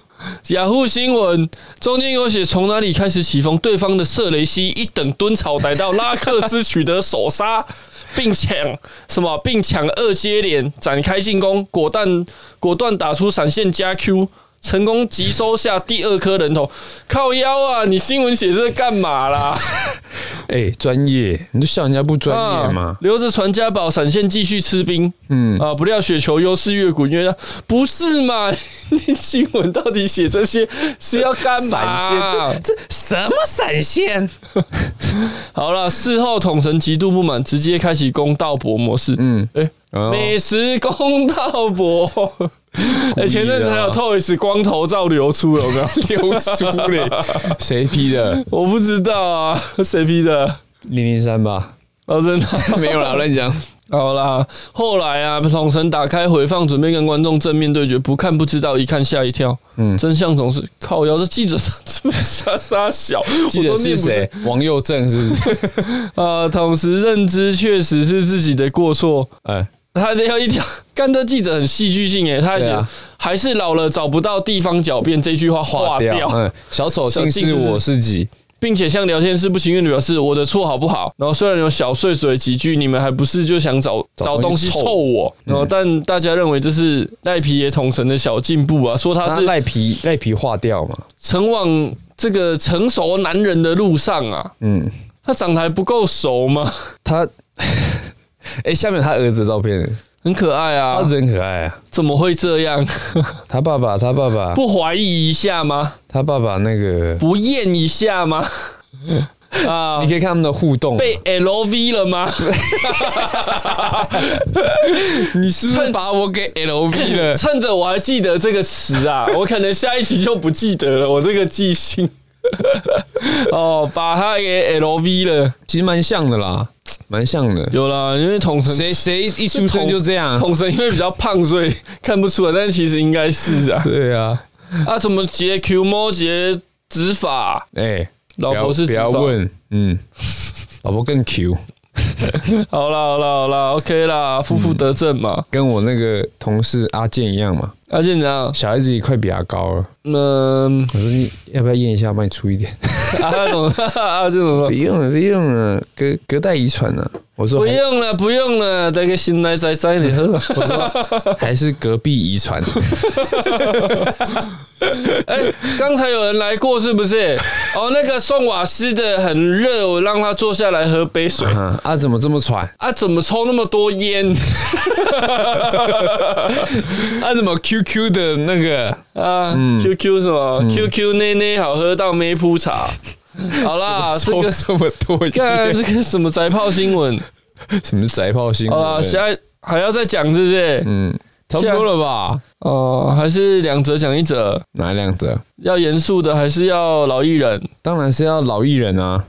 [SPEAKER 2] 雅虎新闻中间有写从哪里开始起风，对方的瑟雷西一等蹲草逮到拉克斯取得首杀， 并抢什么，并抢二接连展开进攻，果断果断打出闪现加 Q。成功急收下第二颗人头，靠腰啊！你新闻写这干嘛啦？
[SPEAKER 1] 哎，专业，你就笑人家不专业
[SPEAKER 2] 啊
[SPEAKER 1] 吗？
[SPEAKER 2] 留着传家宝闪现继续吃冰，嗯啊，不料雪球优势越滚越大，不是嘛？ 你新闻到底写这些是要干嘛？
[SPEAKER 1] 啊这什么闪现？
[SPEAKER 2] 好了，事后统神极度不满，直接开启公道博模式。嗯，哎、
[SPEAKER 1] 哦
[SPEAKER 2] 美食公道 博。哎、前阵子
[SPEAKER 1] 啊
[SPEAKER 2] 还有 Toys 光头照流出了，有没有？
[SPEAKER 1] 流出 嘞，谁批的？
[SPEAKER 2] 我不知道啊，谁批的？
[SPEAKER 1] 零零三吧？
[SPEAKER 2] 哦，真的
[SPEAKER 1] 没有啦，乱讲。
[SPEAKER 2] 好啦，后来啊，统神打开回放，准备跟观众正面对决，不看不知道，一看吓一跳。嗯，真相总是靠腰，这记者他这么瞎撒小，
[SPEAKER 1] 记
[SPEAKER 2] 我
[SPEAKER 1] 得
[SPEAKER 2] 都念
[SPEAKER 1] 是
[SPEAKER 2] 不出
[SPEAKER 1] 谁？王佑正是不 是？
[SPEAKER 2] 啊、同时认知确实是自己的过错。
[SPEAKER 1] 哎，
[SPEAKER 2] 他要一条，干这记者很戏剧性诶，他还写、
[SPEAKER 1] 对啊
[SPEAKER 2] 还是老了找不到地方狡辩这句话划掉，
[SPEAKER 1] 嗯，小丑竟是我是己，
[SPEAKER 2] 并且向聊天室不情愿的表示我的错好不好？然后虽然有小碎嘴几句，你们还不是就想找找
[SPEAKER 1] 找
[SPEAKER 2] 东
[SPEAKER 1] 东
[SPEAKER 2] 西
[SPEAKER 1] 西
[SPEAKER 2] 臭我？
[SPEAKER 1] 嗯
[SPEAKER 2] 然后但大家认为这是赖皮爷同神的小进步啊，说他
[SPEAKER 1] 他
[SPEAKER 2] 是
[SPEAKER 1] 赖皮赖皮化掉嘛？
[SPEAKER 2] 成往这个成熟男人的路上啊，
[SPEAKER 1] 嗯，
[SPEAKER 2] 他长得还不够熟吗？
[SPEAKER 1] 他 哎，下面有他儿子的照片，
[SPEAKER 2] 很可爱
[SPEAKER 1] 他
[SPEAKER 2] 啊，
[SPEAKER 1] 人可爱啊。
[SPEAKER 2] 怎么会这样？
[SPEAKER 1] 他爸爸，他爸爸，
[SPEAKER 2] 不怀疑一下吗？
[SPEAKER 1] 他爸爸那个，
[SPEAKER 2] 不验一下吗？啊
[SPEAKER 1] 你，可以看他们的互动。
[SPEAKER 2] 被 LV 了吗？
[SPEAKER 1] 你是不是把我给 LV 了？
[SPEAKER 2] 趁着我还记得这个词啊，我可能下一集就不记得了，我这个记 性。哦，把它给 LV 了，
[SPEAKER 1] 其实蛮像的啦，蛮像的。
[SPEAKER 2] 有啦，因为统神
[SPEAKER 1] 谁谁一出生就这样？
[SPEAKER 2] 统神因为比较胖，所以看不出来，但其实应该是 啊。
[SPEAKER 1] 对啊，
[SPEAKER 2] 啊，怎么截 Q 摸截指法？啊
[SPEAKER 1] 哎，
[SPEAKER 2] 老婆是
[SPEAKER 1] 不要不
[SPEAKER 2] 执法
[SPEAKER 1] 要问， 嗯，老婆更 Q，
[SPEAKER 2] 好啦好啦好啦 o k 啦，负负得正嘛。啊
[SPEAKER 1] 跟我那个同事阿健一样嘛，
[SPEAKER 2] 而且怎样？
[SPEAKER 1] 小孩子也快比他高了。
[SPEAKER 2] 嗯，
[SPEAKER 1] 我说你要不要验一下，帮你出一 点？
[SPEAKER 2] 啊，怎么啊，这怎么
[SPEAKER 1] 不？用了，不用了，隔隔代遗传呢。我说
[SPEAKER 2] 不
[SPEAKER 1] 还
[SPEAKER 2] 用了，不用了，带个新奶仔仔你喝。我说，
[SPEAKER 1] 还是隔壁遗 传，
[SPEAKER 2] 哎、刚才有人来过是不是？哦，那个送瓦斯的很热，我让他坐下来喝 杯水。
[SPEAKER 1] 嗯啊，怎么这么喘？
[SPEAKER 2] 啊，怎么抽那么多烟？
[SPEAKER 1] 啊，怎么 QQ 的那个嗯
[SPEAKER 2] 啊、q q 什么、q q 内内好喝到没铺 茶。好啦，啊这
[SPEAKER 1] 抽嗯
[SPEAKER 2] 个
[SPEAKER 1] 这么多
[SPEAKER 2] 看这个什么宅炮新 闻，
[SPEAKER 1] 什么宅炮新
[SPEAKER 2] 好
[SPEAKER 1] 闻？
[SPEAKER 2] 啦，现在还要再讲是不是？
[SPEAKER 1] 嗯，差不多了吧？
[SPEAKER 2] 哦、还是两则讲一则，
[SPEAKER 1] 哪两者？
[SPEAKER 2] 要严肃的还是要老艺人？
[SPEAKER 1] 当然是要老艺人啊，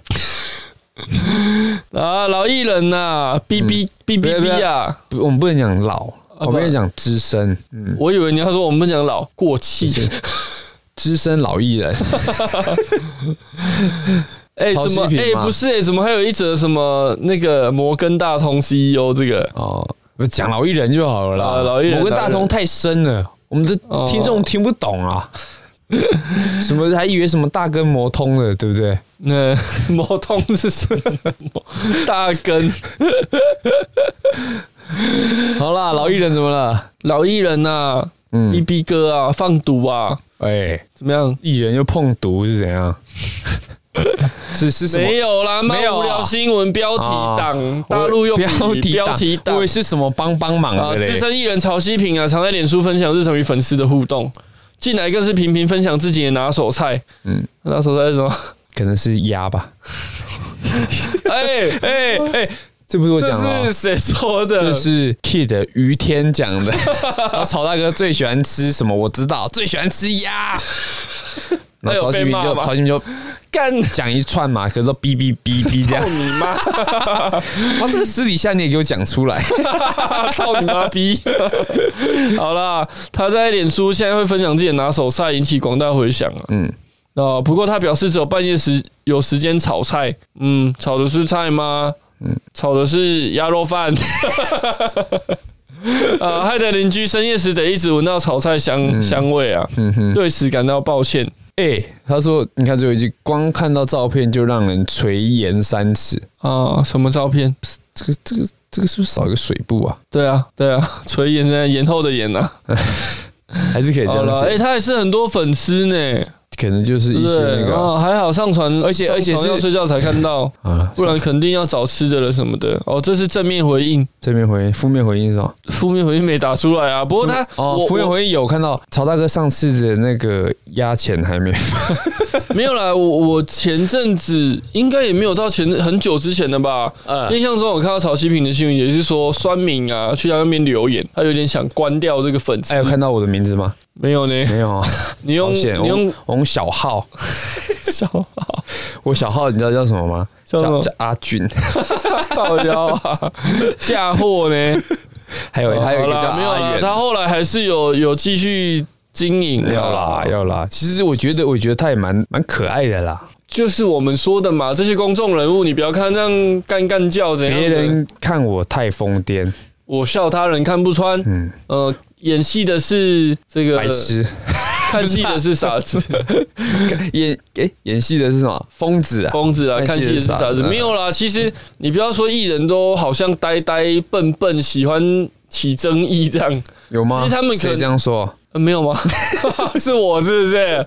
[SPEAKER 2] 啊，老艺人呐、哔哔
[SPEAKER 1] 嗯
[SPEAKER 2] 哔哔
[SPEAKER 1] 不要不
[SPEAKER 2] 哔
[SPEAKER 1] 要
[SPEAKER 2] 啊！
[SPEAKER 1] 不我们不能讲老，我们要讲资深，嗯，
[SPEAKER 2] 我以为你要说我们不讲老过气，
[SPEAKER 1] 资深老艺人，
[SPEAKER 2] 哎、
[SPEAKER 1] 超
[SPEAKER 2] 怎么
[SPEAKER 1] 级
[SPEAKER 2] 哎、
[SPEAKER 1] 品嘛
[SPEAKER 2] 不是哎、怎么还有一则什么那个摩根大通 CEO 这个
[SPEAKER 1] 哦，不讲老艺人就好了
[SPEAKER 2] 啊
[SPEAKER 1] 啦。
[SPEAKER 2] 老艺人
[SPEAKER 1] 我跟
[SPEAKER 2] 老艺
[SPEAKER 1] 大
[SPEAKER 2] 人
[SPEAKER 1] 通太深了，我们的
[SPEAKER 2] 哦
[SPEAKER 1] 听众听不懂啊。 什么还以为什么大根魔通的，对不对？嗯
[SPEAKER 2] 那、 摩通是什么？大根
[SPEAKER 1] 好啦，老艺人怎么了？
[SPEAKER 2] 老艺人呐、
[SPEAKER 1] 嗯
[SPEAKER 2] 哔哔哥啊，放毒啊，
[SPEAKER 1] 哎，
[SPEAKER 2] 怎么样？
[SPEAKER 1] 艺人又碰毒是怎样？ 是是什么？
[SPEAKER 2] 没有啦，妈
[SPEAKER 1] 没有啊
[SPEAKER 2] 无聊新闻标题党，
[SPEAKER 1] 啊
[SPEAKER 2] 大陆用
[SPEAKER 1] 我标
[SPEAKER 2] 语
[SPEAKER 1] 题
[SPEAKER 2] 标题党
[SPEAKER 1] 我以为是什么帮帮忙
[SPEAKER 2] 啊，
[SPEAKER 1] 的
[SPEAKER 2] 资
[SPEAKER 1] 嘞？
[SPEAKER 2] 深艺人曹希平啊，常在脸书分享日常与粉丝的互动，近来更是频频分享自己的拿手菜。嗯
[SPEAKER 1] 嗯，
[SPEAKER 2] 拿手菜是什 么？
[SPEAKER 1] 可能是鸭吧？
[SPEAKER 2] 哎哎哎，
[SPEAKER 1] 这不是我讲
[SPEAKER 2] 这
[SPEAKER 1] 的哦
[SPEAKER 2] 是谁说的？
[SPEAKER 1] 这是 Kid 于天讲的。 然后曹大哥最喜欢吃什么？我知道，最喜欢吃 鸭。然后曹新平
[SPEAKER 2] 那有被骂
[SPEAKER 1] 就
[SPEAKER 2] 吗
[SPEAKER 1] 曹新平就
[SPEAKER 2] 干
[SPEAKER 1] 讲一串嘛，可是都哔哔哔哔这样。
[SPEAKER 2] 你妈！
[SPEAKER 1] 哇，这个私底下你也给我讲出来，
[SPEAKER 2] 操你妈逼！好啦，他在脸书现在会分享自己的拿手菜，引起广大回响啊。嗯
[SPEAKER 1] 嗯，
[SPEAKER 2] 哦、不过他表示只有半夜时有时间炒菜，嗯，炒的是菜吗？嗯，炒的是鸭肉饭。 啊，害得邻居深夜时得一直闻到炒菜香、
[SPEAKER 1] 嗯
[SPEAKER 2] 香味啊，对此感到抱歉。
[SPEAKER 1] 哎、他说，你看最后一句，光看到照片就让人垂涎三尺。
[SPEAKER 2] 啊，什么照片？
[SPEAKER 1] 这个这个这个是不是少一个水部啊？
[SPEAKER 2] 对啊，对啊， 垂涎在延后的延啊。
[SPEAKER 1] 还是可以这
[SPEAKER 2] 好
[SPEAKER 1] 样
[SPEAKER 2] 了，哎、
[SPEAKER 1] 写，
[SPEAKER 2] 他也是很多粉丝呢，
[SPEAKER 1] 可能就是
[SPEAKER 2] 对
[SPEAKER 1] 一
[SPEAKER 2] 不
[SPEAKER 1] 些
[SPEAKER 2] 对？
[SPEAKER 1] 那个啊
[SPEAKER 2] 哦，还好上传，
[SPEAKER 1] 而且
[SPEAKER 2] 上
[SPEAKER 1] 而且
[SPEAKER 2] 床
[SPEAKER 1] 是
[SPEAKER 2] 要睡觉才看到，
[SPEAKER 1] 啊，
[SPEAKER 2] 不然肯定要找吃的了什么的。哦，这是正面回应，
[SPEAKER 1] 这边回负面回应是吧？
[SPEAKER 2] 负面回应没打出来啊。不过他，
[SPEAKER 1] 哦
[SPEAKER 2] 我，
[SPEAKER 1] 负面回应有看到曹大哥上次的那个压钱还没
[SPEAKER 2] 我没有啦，我我前阵子应该也没有到前很久之前的吧。
[SPEAKER 1] 嗯
[SPEAKER 2] 印象中我看到曹希平的新闻，也是说酸民啊去他那边留言，他有点想关掉这个粉丝。
[SPEAKER 1] 还有看哎到我的名字吗？
[SPEAKER 2] 没有呢？
[SPEAKER 1] 没有啊，
[SPEAKER 2] 你用
[SPEAKER 1] 好险！
[SPEAKER 2] 你
[SPEAKER 1] 我
[SPEAKER 2] 用
[SPEAKER 1] 用我用小号，
[SPEAKER 2] 小号
[SPEAKER 1] 我小号你知道叫什么吗？
[SPEAKER 2] 叫什么
[SPEAKER 1] 叫叫阿 俊，
[SPEAKER 2] 靠腰啊，嫁祸呢？
[SPEAKER 1] 还有 还有一个
[SPEAKER 2] 好
[SPEAKER 1] 叫
[SPEAKER 2] 啦没有
[SPEAKER 1] 阿
[SPEAKER 2] 啦，
[SPEAKER 1] 远。
[SPEAKER 2] 他后来还是有有继续经营啊的
[SPEAKER 1] 要啦要啦，其实我觉得我觉得他也蛮蛮可爱的啦。
[SPEAKER 2] 就是我们说的嘛，这些公众人物，你不要看这样干干叫怎样的，
[SPEAKER 1] 别人看我太疯癫，
[SPEAKER 2] 我笑他人看不穿，
[SPEAKER 1] 嗯，
[SPEAKER 2] 呃，演戏的是这个
[SPEAKER 1] 白痴。
[SPEAKER 2] 看戏的是傻 子，
[SPEAKER 1] 演诶、演戏的是什么？疯子啊，
[SPEAKER 2] 疯子啊，看戏的是傻子，没有啦。其实你不要说艺人都好像呆呆笨笨，喜欢起争议这样，
[SPEAKER 1] 有吗？
[SPEAKER 2] 其实他们可
[SPEAKER 1] 谁这样说？
[SPEAKER 2] 呃没有吗？ 是我是不是？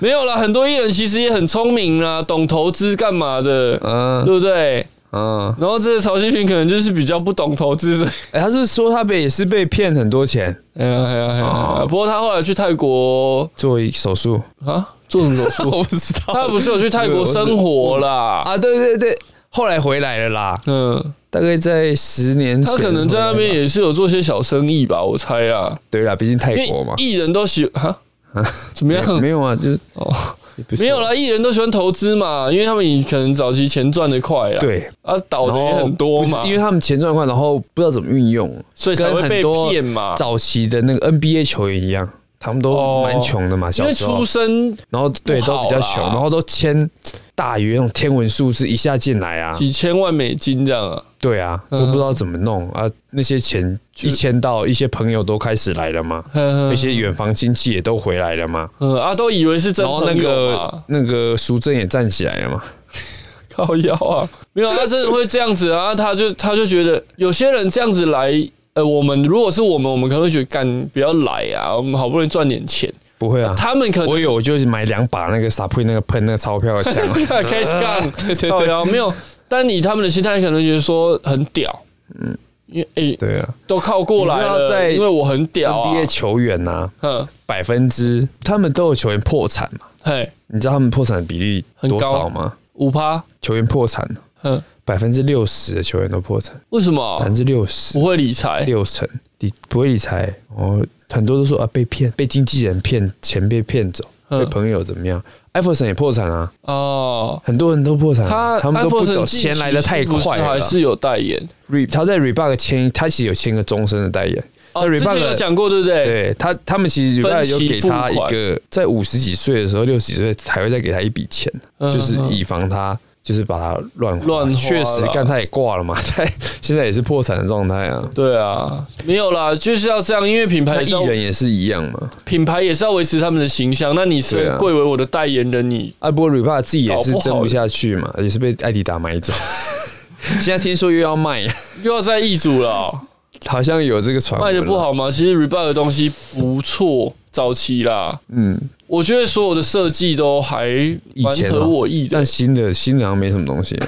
[SPEAKER 2] 没有啦，很多艺人其实也很聪明啦，懂投资干嘛的，
[SPEAKER 1] 嗯
[SPEAKER 2] 对不对？
[SPEAKER 1] 嗯，
[SPEAKER 2] 然后这个曹新平可能就是比较不懂投资，所以
[SPEAKER 1] 诶他是说他被也是被骗很多钱
[SPEAKER 2] 哎呀哎呀哎呀！不过他后来去泰国
[SPEAKER 1] 做手术
[SPEAKER 2] 啊，做什么手术？我不知道。 他不是有去泰国生活啦？
[SPEAKER 1] 啊，对对对，后来回来了啦，
[SPEAKER 2] 嗯，
[SPEAKER 1] 大概在十年前
[SPEAKER 2] 他
[SPEAKER 1] 回来吧，
[SPEAKER 2] 可能在那边也是有做些小生意吧，我猜啊。
[SPEAKER 1] 对啦，毕竟泰
[SPEAKER 2] 因为
[SPEAKER 1] 国嘛，
[SPEAKER 2] 艺人都喜 哈怎么样？
[SPEAKER 1] 没没有啊，就是
[SPEAKER 2] 哦，
[SPEAKER 1] 也不是
[SPEAKER 2] 没有啦，艺人都喜欢投资嘛，因为他们以可能早期钱赚的快啊，
[SPEAKER 1] 对。
[SPEAKER 2] 啊，倒
[SPEAKER 1] 然
[SPEAKER 2] 的也
[SPEAKER 1] 后
[SPEAKER 2] 很多
[SPEAKER 1] 不
[SPEAKER 2] 嘛
[SPEAKER 1] 是，因为他们钱赚快，然后不知道怎么运用，
[SPEAKER 2] 所以才
[SPEAKER 1] 跟
[SPEAKER 2] 会被
[SPEAKER 1] 很多
[SPEAKER 2] 骗嘛。
[SPEAKER 1] 早期的那个 NBA 球员一样，他们
[SPEAKER 2] 哦
[SPEAKER 1] 都蛮穷的嘛，
[SPEAKER 2] 因
[SPEAKER 1] 小
[SPEAKER 2] 为
[SPEAKER 1] 时候
[SPEAKER 2] 出生
[SPEAKER 1] 然后对
[SPEAKER 2] 不
[SPEAKER 1] 都
[SPEAKER 2] 好啦
[SPEAKER 1] 比较穷，然后都签大于那种天文数字一下进来啊，
[SPEAKER 2] 几千万美金这样啊，
[SPEAKER 1] 对啊，
[SPEAKER 2] 嗯
[SPEAKER 1] 都不知道怎么弄啊。那些钱一签到，一些朋友都开始来了嘛，
[SPEAKER 2] 嗯
[SPEAKER 1] 一些远房亲戚也都回来了嘛，
[SPEAKER 2] 嗯啊，都以为是真
[SPEAKER 1] 然后
[SPEAKER 2] 朋
[SPEAKER 1] 那
[SPEAKER 2] 友
[SPEAKER 1] 个
[SPEAKER 2] 嘛，
[SPEAKER 1] 那个淑珍也站起来了嘛，
[SPEAKER 2] 靠腰啊，没有，他真的会这样子啊，他就他就觉得有些人这样子来，呃，我们如果是我们，我们可能会觉得干不要来啊，我们好不容易赚点钱，
[SPEAKER 1] 不会啊，
[SPEAKER 2] 他们可能
[SPEAKER 1] 我有我就买两把那个撒配那个喷那个钞票的枪，
[SPEAKER 2] cash gun，靠腰没有，但以他们的心态，可能觉得说很屌，嗯，因为诶、
[SPEAKER 1] 对啊
[SPEAKER 2] 都靠过来
[SPEAKER 1] 你知道
[SPEAKER 2] 了，
[SPEAKER 1] 在
[SPEAKER 2] 因为我很屌啊，
[SPEAKER 1] ，NBA 球员呐、
[SPEAKER 2] 嗯，
[SPEAKER 1] 百分之他们都有球员破产嘛，
[SPEAKER 2] 嘿，
[SPEAKER 1] 你知道他们破产的比例
[SPEAKER 2] 很
[SPEAKER 1] 多
[SPEAKER 2] 高
[SPEAKER 1] 少吗？
[SPEAKER 2] 五趴，
[SPEAKER 1] 球员破产
[SPEAKER 2] 嗯，
[SPEAKER 1] 百分之六十的球员都破产，
[SPEAKER 2] 为什
[SPEAKER 1] 百
[SPEAKER 2] 么
[SPEAKER 1] 分之六十
[SPEAKER 2] 不会理财？
[SPEAKER 1] 六成理不会理财，哦，很多都说啊被骗，被经纪人骗，钱被骗走，
[SPEAKER 2] 嗯
[SPEAKER 1] 被朋友怎么样？艾弗森也破产啊，
[SPEAKER 2] 哦，
[SPEAKER 1] 很多人都破产啊、
[SPEAKER 2] 他
[SPEAKER 1] 他们都不
[SPEAKER 2] iPhone
[SPEAKER 1] 懂
[SPEAKER 2] 近期
[SPEAKER 1] 钱来的太
[SPEAKER 2] 是不是
[SPEAKER 1] 快了
[SPEAKER 2] 还
[SPEAKER 1] 啦。
[SPEAKER 2] 是有代言。哦
[SPEAKER 1] Re 他在 Reebok 签，他其实有签个终身的代言。
[SPEAKER 2] 哦，
[SPEAKER 1] 那
[SPEAKER 2] 之前
[SPEAKER 1] Reebok-
[SPEAKER 2] 有讲过，对不对？
[SPEAKER 1] 对他，他们其实 Reebok
[SPEAKER 2] 分期
[SPEAKER 1] 有给他
[SPEAKER 2] 付
[SPEAKER 1] 一
[SPEAKER 2] 款
[SPEAKER 1] 个，在五十几岁的时候，六十几岁还会再给他一笔钱，
[SPEAKER 2] 嗯
[SPEAKER 1] 就是
[SPEAKER 2] 嗯
[SPEAKER 1] 以防他就是把他乱花
[SPEAKER 2] 乱花
[SPEAKER 1] 确实
[SPEAKER 2] 啦，
[SPEAKER 1] 干他也挂了嘛， 他现在也是破产的状态啊。
[SPEAKER 2] 对啊，没有啦，就是要这样，因为品牌
[SPEAKER 1] 那
[SPEAKER 2] 也是要
[SPEAKER 1] 艺人也是一样嘛。
[SPEAKER 2] 品牌也是要维持他们的形象。那你
[SPEAKER 1] 对
[SPEAKER 2] 是
[SPEAKER 1] 啊
[SPEAKER 2] 贵为我的代言人，你
[SPEAKER 1] 啊，不过 r e b a 自己也是
[SPEAKER 2] 搞不好
[SPEAKER 1] 争不下去嘛，也是被艾迪达买走。 现在听说又要卖，
[SPEAKER 2] 又要再易主了哦、
[SPEAKER 1] 好像有这个传闻。啊
[SPEAKER 2] 卖的不，好吗？其实 Reebok 的东西不错，早期啦，
[SPEAKER 1] 嗯，
[SPEAKER 2] 我觉得所有的设计都还
[SPEAKER 1] 以
[SPEAKER 2] 蛮
[SPEAKER 1] 前啊
[SPEAKER 2] 合我意的
[SPEAKER 1] 但。新的新的好像没什么东西。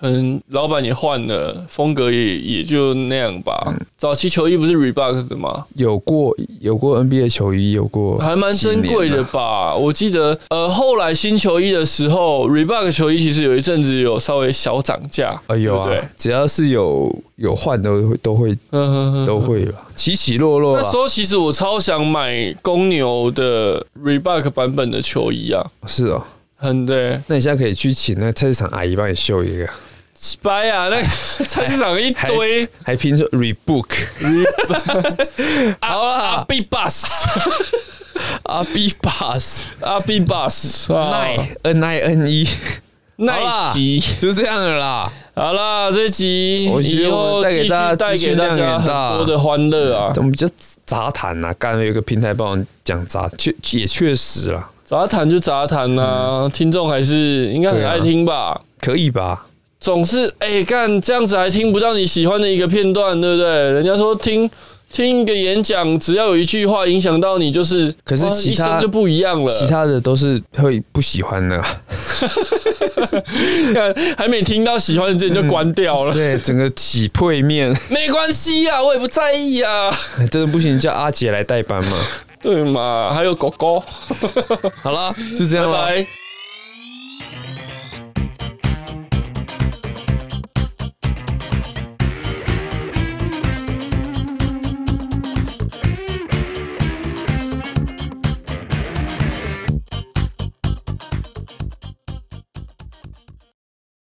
[SPEAKER 2] 可能老板也换了，风格也也就那样吧。
[SPEAKER 1] 嗯
[SPEAKER 2] 早期球衣不是 Reebok 的吗？
[SPEAKER 1] 有过有过 NBA 球衣，有过
[SPEAKER 2] 还蛮珍
[SPEAKER 1] 几
[SPEAKER 2] 贵的
[SPEAKER 1] 年啊。
[SPEAKER 2] 吧？我记得，呃，后来新球衣的时候，Reebok 球衣其实有一阵子有稍微小涨价，
[SPEAKER 1] 哎有
[SPEAKER 2] 对不对
[SPEAKER 1] 啊，只要是有有换都会都会
[SPEAKER 2] 嗯哼哼，
[SPEAKER 1] 都会吧，起起落落
[SPEAKER 2] 那
[SPEAKER 1] 啊
[SPEAKER 2] 时。候其实我超想买公牛的 Reebok 版本的球衣啊，
[SPEAKER 1] 是哦，
[SPEAKER 2] 很对，
[SPEAKER 1] 那你现在可以去请那个菜市场阿姨帮你绣一个，
[SPEAKER 2] 白 啊，那个菜市场一
[SPEAKER 1] 还
[SPEAKER 2] 堆，
[SPEAKER 1] 还拼出 Rebook
[SPEAKER 2] 好啦，阿 B bus，啊
[SPEAKER 1] R B Bus
[SPEAKER 2] 阿 B bus，
[SPEAKER 1] Nine 啊 N I N E
[SPEAKER 2] 啊耐奇。
[SPEAKER 1] 就这样了啦。
[SPEAKER 2] 好啦，这一集
[SPEAKER 1] 我觉
[SPEAKER 2] 以
[SPEAKER 1] 得我
[SPEAKER 2] 后
[SPEAKER 1] 带
[SPEAKER 2] 继
[SPEAKER 1] 给
[SPEAKER 2] 续
[SPEAKER 1] 大家
[SPEAKER 2] 带
[SPEAKER 1] 资
[SPEAKER 2] 给
[SPEAKER 1] 讯
[SPEAKER 2] 大
[SPEAKER 1] 量
[SPEAKER 2] 家
[SPEAKER 1] 也
[SPEAKER 2] 很
[SPEAKER 1] 大
[SPEAKER 2] 多的欢乐啊！
[SPEAKER 1] 我们就杂谈呐、啊，干了一个平台帮我讲杂，确也确实啦，
[SPEAKER 2] 杂谈就杂谈呐，听众还是应该很
[SPEAKER 1] 对啊
[SPEAKER 2] 爱听吧。
[SPEAKER 1] 可以吧？
[SPEAKER 2] 总是哎干、这样子还听不到你喜欢的一个片段，对不对？人家说听听一个演讲，只要有一句话影响到你，就是
[SPEAKER 1] 可是
[SPEAKER 2] 哇
[SPEAKER 1] 其
[SPEAKER 2] 一
[SPEAKER 1] 他
[SPEAKER 2] 生就不一样了。
[SPEAKER 1] 其他的都是会不喜欢的、啊，
[SPEAKER 2] 看还没听到喜欢的字你就关掉了，
[SPEAKER 1] 对，整个起配面
[SPEAKER 2] 没关系啊，我也不在意啊，
[SPEAKER 1] 真的不行，叫阿杰来代班嘛？
[SPEAKER 2] 对嘛？还有狗狗，好啦，
[SPEAKER 1] 就这样啦
[SPEAKER 2] 拜拜。